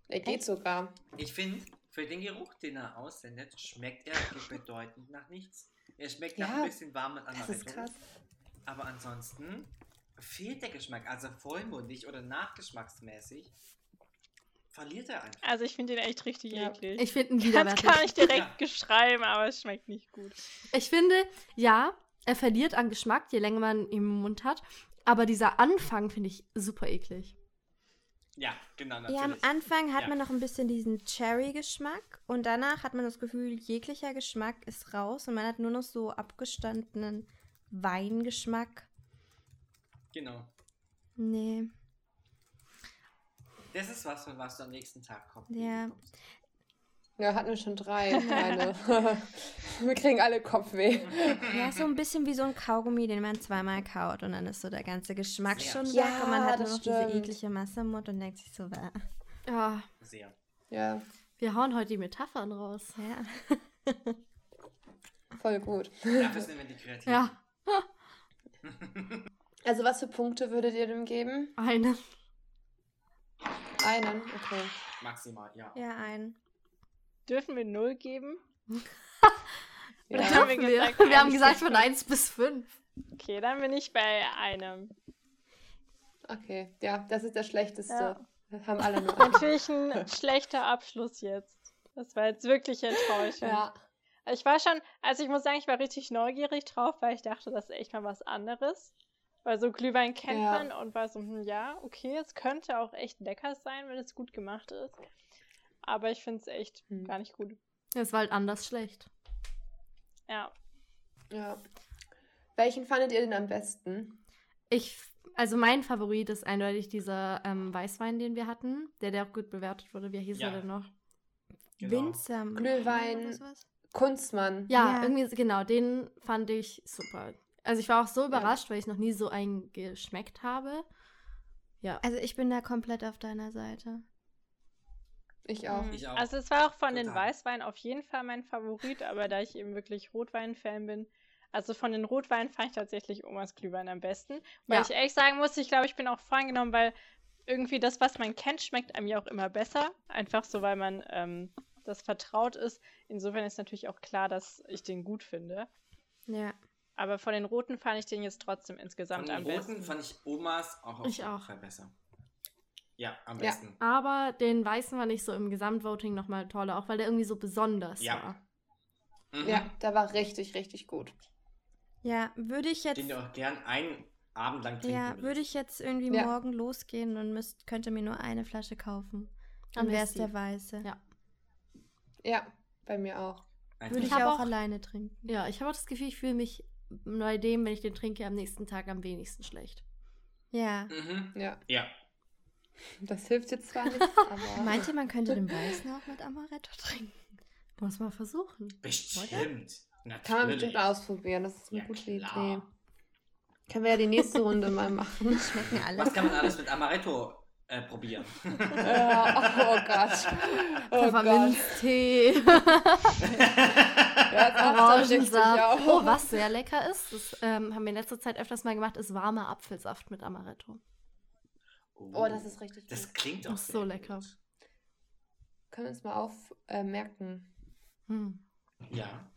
Speaker 5: Er geht sogar.
Speaker 1: ich finde, für den Geruch, den er aussendet, schmeckt er bedeutend nach nichts. Er schmeckt nach
Speaker 5: Ja,
Speaker 1: ein bisschen warmen
Speaker 5: Das ist
Speaker 1: Amaretto.
Speaker 5: krass.
Speaker 1: Aber ansonsten fehlt der Geschmack. Also vollmundig oder nachgeschmacksmäßig verliert er einfach.
Speaker 4: Also ich finde den echt richtig
Speaker 5: Ja.
Speaker 4: eklig.
Speaker 2: Ich finde ihn
Speaker 4: kann es gar
Speaker 2: widerwärtig.
Speaker 4: nicht direkt
Speaker 1: Ja.
Speaker 4: beschreiben, aber es schmeckt nicht gut.
Speaker 2: Ich finde, ja, er verliert an Geschmack, je länger man ihn im Mund hat. Aber dieser Anfang finde ich super eklig.
Speaker 1: Ja, genau,
Speaker 3: Ja, am
Speaker 1: natürlich.
Speaker 3: Anfang hat
Speaker 1: Ja.
Speaker 3: man noch ein bisschen diesen Cherry-Geschmack und danach hat man das Gefühl, jeglicher Geschmack ist raus und man hat nur noch so abgestandenen Weingeschmack.
Speaker 1: genau.
Speaker 3: Nee.
Speaker 1: Das ist was, von was du am nächsten Tag kommst.
Speaker 3: Ja.
Speaker 5: Ja, hatten wir schon
Speaker 2: <laughs>
Speaker 5: drei. Meine. <laughs> wir kriegen alle Kopfweh.
Speaker 3: Ja, ist so ein bisschen wie so ein Kaugummi, den man zweimal kaut und dann ist so der ganze Geschmack
Speaker 1: Sehr.
Speaker 3: schon weg
Speaker 5: Ja,
Speaker 3: und man hat nur
Speaker 5: das
Speaker 3: noch
Speaker 5: stimmt.
Speaker 3: diese eklige Masse im Mund und denkt sich so, "Bäh."
Speaker 2: Ja,
Speaker 1: Sehr.
Speaker 5: Ja,
Speaker 2: wir hauen heute die Metaphern raus.
Speaker 3: ja.
Speaker 5: voll gut.
Speaker 1: Dafür sind wir die Kreativen.
Speaker 2: Ja,
Speaker 5: Also was für Punkte würdet ihr dem geben?
Speaker 2: eine.
Speaker 5: Einen? Okay.
Speaker 1: Maximal, ja.
Speaker 3: Ja, ein.
Speaker 4: Dürfen wir null geben?
Speaker 5: Ja.
Speaker 4: Dann
Speaker 2: Dürfen wir. Wir haben gesagt von 1 bis 5.
Speaker 4: Okay, dann bin ich bei einem.
Speaker 5: Okay, ja, das ist der schlechteste.
Speaker 4: Ja.
Speaker 5: Das haben
Speaker 2: <laughs>
Speaker 5: alle nur einen.
Speaker 4: Natürlich
Speaker 5: <laughs>
Speaker 4: ein schlechter Abschluss jetzt. Das war jetzt wirklich enttäuschend.
Speaker 5: Ja.
Speaker 4: Ich war schon, also ich muss sagen, ich war richtig neugierig drauf, weil ich dachte, das ist echt mal was anderes. Weil so Glühwein kennt
Speaker 5: Ja.
Speaker 4: man und war so, hm, ja, okay, es könnte auch echt lecker sein, wenn es gut gemacht ist. Aber ich finde es echt
Speaker 5: Hm.
Speaker 4: gar nicht gut.
Speaker 2: Es war halt anders schlecht.
Speaker 4: Ja.
Speaker 5: ja. Welchen fandet ihr denn am besten?
Speaker 2: Ich, also mein Favorit ist eindeutig dieser ähm, Weißwein, den wir hatten, der, der auch gut bewertet wurde. Wie hieß
Speaker 1: Ja.
Speaker 2: er denn noch?
Speaker 1: Genau.
Speaker 3: Winzer.
Speaker 5: Glühwein.
Speaker 3: oder sowas?
Speaker 5: Kunstmann.
Speaker 2: Ja,
Speaker 3: Ja.
Speaker 2: irgendwie, genau, den fand ich super. Also ich war auch so überrascht, weil ich noch nie so einen geschmeckt habe. Ja.
Speaker 3: Also ich bin da komplett auf deiner Seite.
Speaker 5: Ich auch.
Speaker 4: Hm.
Speaker 1: Ich auch.
Speaker 4: Also es war auch von den
Speaker 1: Total.
Speaker 4: Weißweinen auf jeden Fall mein Favorit, aber da ich eben wirklich Rotwein-Fan bin, also von den Rotweinen fand ich tatsächlich Omas Glühwein am besten. Weil
Speaker 2: Ja.
Speaker 4: ich ehrlich sagen muss, ich glaube, ich bin auch vorangenommen, weil irgendwie das, was man kennt, schmeckt einem ja auch immer besser. Einfach so, weil man ähm, das vertraut ist. Insofern ist natürlich auch klar, dass ich den gut finde.
Speaker 3: Ja.
Speaker 4: Aber von den Roten fand ich den jetzt trotzdem
Speaker 1: Von
Speaker 4: insgesamt
Speaker 1: den
Speaker 4: am
Speaker 1: Roten
Speaker 4: besten.
Speaker 1: fand ich Omas auch auf
Speaker 2: Ich
Speaker 1: jeden
Speaker 2: auch.
Speaker 1: Fall besser. Ja, am
Speaker 5: Ja.
Speaker 1: besten.
Speaker 2: Aber den Weißen fand ich so im Gesamtvoting nochmal toller, auch weil der irgendwie so besonders
Speaker 1: Ja.
Speaker 2: war.
Speaker 1: Mhm.
Speaker 5: Ja, der war richtig, richtig gut.
Speaker 3: Ja, würde ich jetzt.
Speaker 1: Den du auch gern einen Abend lang trinken
Speaker 3: Ja,
Speaker 1: würdest.
Speaker 3: würde ich jetzt irgendwie
Speaker 5: Ja.
Speaker 3: morgen losgehen und müsst, könnte mir nur eine Flasche kaufen. Dann
Speaker 2: Dann
Speaker 3: wäre
Speaker 2: wär's
Speaker 3: es der
Speaker 2: die.
Speaker 3: Weiße.
Speaker 2: Ja.
Speaker 5: Ja, bei mir auch.
Speaker 1: Einfach
Speaker 3: Würde ich,
Speaker 2: Ich hab
Speaker 3: auch,
Speaker 2: auch-
Speaker 3: alleine trinken.
Speaker 2: Ja, ich habe auch das Gefühl, ich fühle mich bei dem, wenn ich den trinke, am nächsten Tag am wenigsten schlecht.
Speaker 3: Ja.
Speaker 1: Mhm.
Speaker 5: Ja,
Speaker 1: Ja.
Speaker 5: das hilft jetzt
Speaker 2: <laughs>
Speaker 5: zwar nicht, aber...
Speaker 3: Meint ihr, man könnte den Weißen auch mit Amaretto trinken?
Speaker 2: Muss mal versuchen.
Speaker 1: Bestimmt. Natürlich.
Speaker 5: Kann man bestimmt ausprobieren, das ist eine
Speaker 1: Ja, klar.
Speaker 5: gute Idee. Können wir ja die nächste Runde mal machen.
Speaker 2: <laughs>
Speaker 3: Schmecken alle.
Speaker 1: Was kann man alles mit Amaretto äh, probieren.
Speaker 5: Ja, oh Gott. Oh Gott.
Speaker 2: Pfefferminztee, <laughs>
Speaker 5: Ja, das macht richtig
Speaker 2: Orangensaft.
Speaker 5: auf.
Speaker 2: Oh, was sehr lecker ist, das ähm, haben wir in letzter Zeit öfters mal gemacht, ist warmer Apfelsaft mit Amaretto.
Speaker 5: Oh, das ist richtig
Speaker 1: Das
Speaker 5: gut.
Speaker 1: klingt auch
Speaker 2: Ist so lecker.
Speaker 1: Gut.
Speaker 5: Können wir uns mal aufmerken. Äh, merken.
Speaker 2: Hm.
Speaker 1: Ja.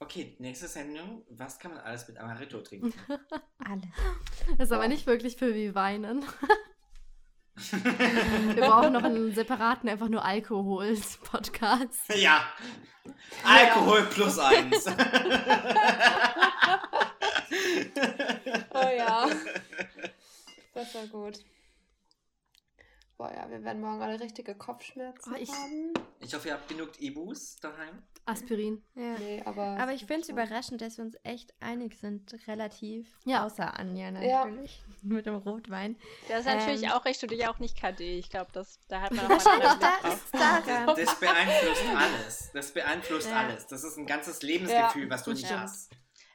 Speaker 1: Okay, nächste Sendung. Was kann man alles mit Amaretto trinken?
Speaker 3: Alle.
Speaker 2: Ist aber nicht wirklich für wie Weinen. Wir brauchen noch einen separaten, einfach nur Alkohol-Podcast.
Speaker 1: ja. Alkohol plus eins.
Speaker 5: Oh ja. <laughs>
Speaker 1: <laughs>
Speaker 5: Das war gut. Boah, ja, wir werden morgen alle richtige Kopfschmerzen
Speaker 2: Oh, ich-
Speaker 5: haben.
Speaker 1: ich hoffe, ihr habt genug Ibus daheim.
Speaker 2: Aspirin.
Speaker 3: Ja.
Speaker 5: Nee, aber.
Speaker 3: Aber ich finde es
Speaker 5: Ja.
Speaker 3: überraschend, dass wir uns echt einig sind, relativ.
Speaker 2: Ja.
Speaker 3: Außer Anja
Speaker 5: Ja.
Speaker 3: natürlich. <laughs> Mit dem Rotwein.
Speaker 4: Das ist natürlich
Speaker 3: Ähm.
Speaker 4: auch, ich studiere auch nicht KD. Ich glaube, das- da hat man auch mal einen
Speaker 3: Wahrscheinlich
Speaker 4: anderen
Speaker 3: da
Speaker 4: Blick drauf.
Speaker 3: ist daran.
Speaker 1: Das beeinflusst alles. Das beeinflusst
Speaker 3: Ja.
Speaker 1: alles. Das ist ein ganzes Lebensgefühl, was du
Speaker 2: das
Speaker 1: nicht
Speaker 2: stimmt.
Speaker 1: hast.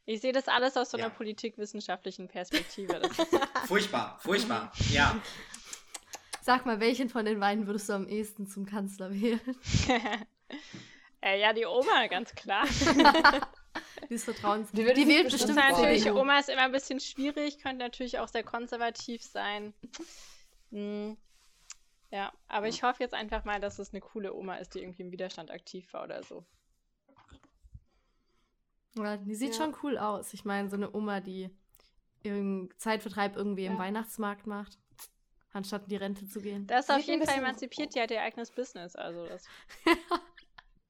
Speaker 4: Ich sehe das alles aus so einer
Speaker 1: Ja.
Speaker 4: politikwissenschaftlichen Perspektive. Das ist
Speaker 1: Furchtbar, furchtbar. Ja.
Speaker 2: Sag mal, welchen von den Weinen würdest du am ehesten zum Kanzler wählen?
Speaker 4: äh, ja, die Oma, ganz klar.
Speaker 2: Dieses Vertrauens.
Speaker 5: Die würde sich
Speaker 2: wählt
Speaker 4: Das
Speaker 5: bestimmt
Speaker 4: ist
Speaker 5: Stimmt,
Speaker 4: natürlich,
Speaker 5: Frau.
Speaker 4: Oma ist immer ein bisschen schwierig, könnte natürlich auch sehr konservativ sein. Hm. Ja, aber ich hoffe jetzt einfach mal, dass es eine coole Oma ist, die irgendwie im Widerstand aktiv war oder so.
Speaker 2: Ja, die sieht
Speaker 5: Ja.
Speaker 2: schon cool aus. Ich meine, so eine Oma, die ihren Zeitvertreib irgendwie im
Speaker 4: Ja.
Speaker 2: Weihnachtsmarkt macht, anstatt in die Rente zu gehen.
Speaker 4: Das ist auf
Speaker 5: Sieht ein
Speaker 4: jeden Fall
Speaker 5: bisschen-
Speaker 4: emanzipiert, die hat ihr eigenes Business, also das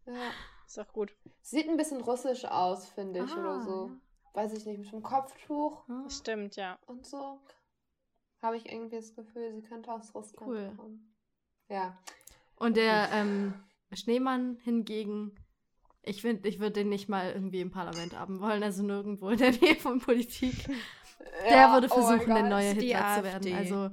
Speaker 5: Ja.
Speaker 4: ist doch gut.
Speaker 5: Sieht ein bisschen russisch aus, finde ich, oder
Speaker 2: Ah,
Speaker 5: so. Weiß ich nicht, mit einem Kopftuch
Speaker 2: ja. Ah,
Speaker 4: Stimmt, ja.
Speaker 5: und so. Habe ich irgendwie das Gefühl, sie könnte aus Russland
Speaker 2: Cool.
Speaker 5: kommen. Ja.
Speaker 2: Und der ähm, Schneemann hingegen, ich finde, ich würde den nicht mal irgendwie im Parlament haben wollen, also nirgendwo in der <laughs> Nähe von Politik. Der
Speaker 5: ja,
Speaker 2: würde
Speaker 5: oh mein
Speaker 2: versuchen, der
Speaker 5: Gott.
Speaker 2: neue
Speaker 3: ist die
Speaker 2: Hitler zu
Speaker 3: AfD.
Speaker 2: werden. Also,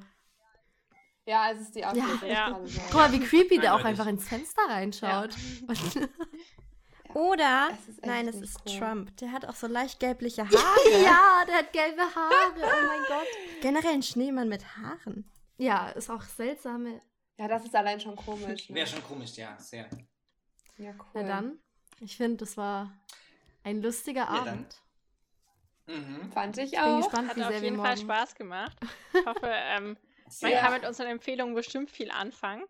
Speaker 5: Ja, es ist die AfD.
Speaker 2: Ja.
Speaker 5: das
Speaker 4: Ja.
Speaker 5: kann sein.
Speaker 2: guck mal, wie creepy der auch
Speaker 1: Eindeutig.
Speaker 2: einfach ins Fenster reinschaut. <laughs> Und,
Speaker 3: Oder,
Speaker 5: Es ist echt
Speaker 3: nein, es
Speaker 5: nicht
Speaker 3: ist
Speaker 5: cool.
Speaker 3: Trump. Der hat auch so leicht gelbliche
Speaker 5: <laughs>
Speaker 3: Haare.
Speaker 2: ja, der hat gelbe Haare, oh mein Gott.
Speaker 3: Generell ein Schneemann mit Haaren.
Speaker 2: Ja, ist auch seltsame.
Speaker 5: Ja, das ist allein schon komisch. Ne?
Speaker 1: Wäre schon komisch, ja. Sehr.
Speaker 5: Ja, cool.
Speaker 2: Na dann, ich finde, das war ein lustiger
Speaker 1: Ja, dann.
Speaker 2: Abend.
Speaker 1: Mhm.
Speaker 5: Fand ich
Speaker 2: Ich bin
Speaker 5: auch.
Speaker 2: gespannt,
Speaker 4: Hat
Speaker 2: wie
Speaker 4: auf
Speaker 2: sehr wir
Speaker 4: jeden Fall
Speaker 2: morgen...
Speaker 4: Spaß gemacht. Ich hoffe, ähm, man
Speaker 1: Sehr
Speaker 4: kann mit unseren Empfehlungen bestimmt viel anfangen.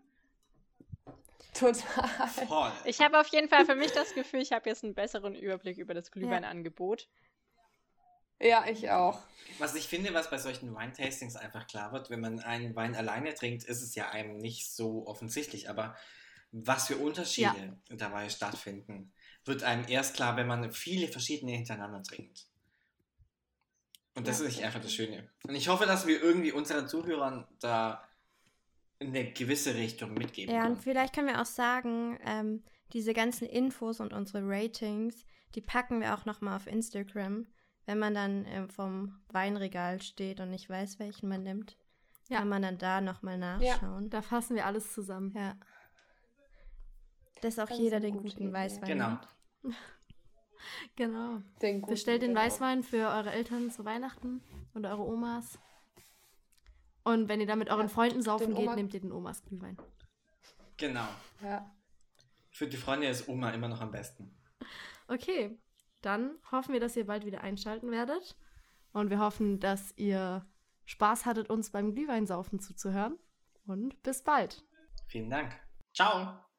Speaker 5: Total. <laughs>
Speaker 1: voll.
Speaker 4: Ich habe auf jeden Fall für mich das Gefühl, ich habe jetzt einen besseren Überblick über das Glühweinangebot.
Speaker 5: Ja, ich auch.
Speaker 1: Was ich finde, was bei solchen Weintastings einfach klar wird, wenn man einen Wein alleine trinkt, ist es ja einem nicht so offensichtlich. Aber was für Unterschiede dabei stattfinden, wird einem erst klar, wenn man viele verschiedene hintereinander trinkt. Und das
Speaker 5: Ja,
Speaker 1: ist
Speaker 5: das
Speaker 1: einfach das
Speaker 5: stimmt.
Speaker 1: Schöne. Und ich hoffe, dass wir irgendwie unseren Zuhörern da eine gewisse Richtung mitgeben
Speaker 3: Ja, und
Speaker 1: können.
Speaker 3: vielleicht können wir auch sagen, ähm, diese ganzen Infos und unsere Ratings, die packen wir auch nochmal auf Instagram, wenn man dann ähm, vom Weinregal steht und nicht weiß, welchen man nimmt.
Speaker 2: Ja.
Speaker 3: Kann man dann da nochmal nachschauen. Ja.
Speaker 2: Da fassen wir alles zusammen.
Speaker 3: Dass auch
Speaker 5: Das ist
Speaker 3: jeder
Speaker 5: eine
Speaker 3: den
Speaker 5: gute
Speaker 3: guten
Speaker 5: Idee.
Speaker 3: Weißwein
Speaker 1: Genau.
Speaker 3: nimmt.
Speaker 2: Genau.
Speaker 5: Den guten,
Speaker 2: Bestellt den
Speaker 5: genau.
Speaker 2: Weißwein für eure Eltern zu Weihnachten und eure Omas. Und wenn ihr da mit euren
Speaker 5: Ja,
Speaker 2: Freunden saufen
Speaker 5: den
Speaker 2: geht,
Speaker 5: Oma-
Speaker 2: nehmt ihr den Omas Glühwein.
Speaker 1: Genau.
Speaker 5: Ja.
Speaker 1: Für die Freunde ist Oma immer noch am besten.
Speaker 2: Okay, dann hoffen wir, dass ihr bald wieder einschalten werdet. Und wir hoffen, dass ihr Spaß hattet, uns beim Glühweinsaufen zuzuhören. Und bis bald.
Speaker 1: Vielen Dank. Ciao.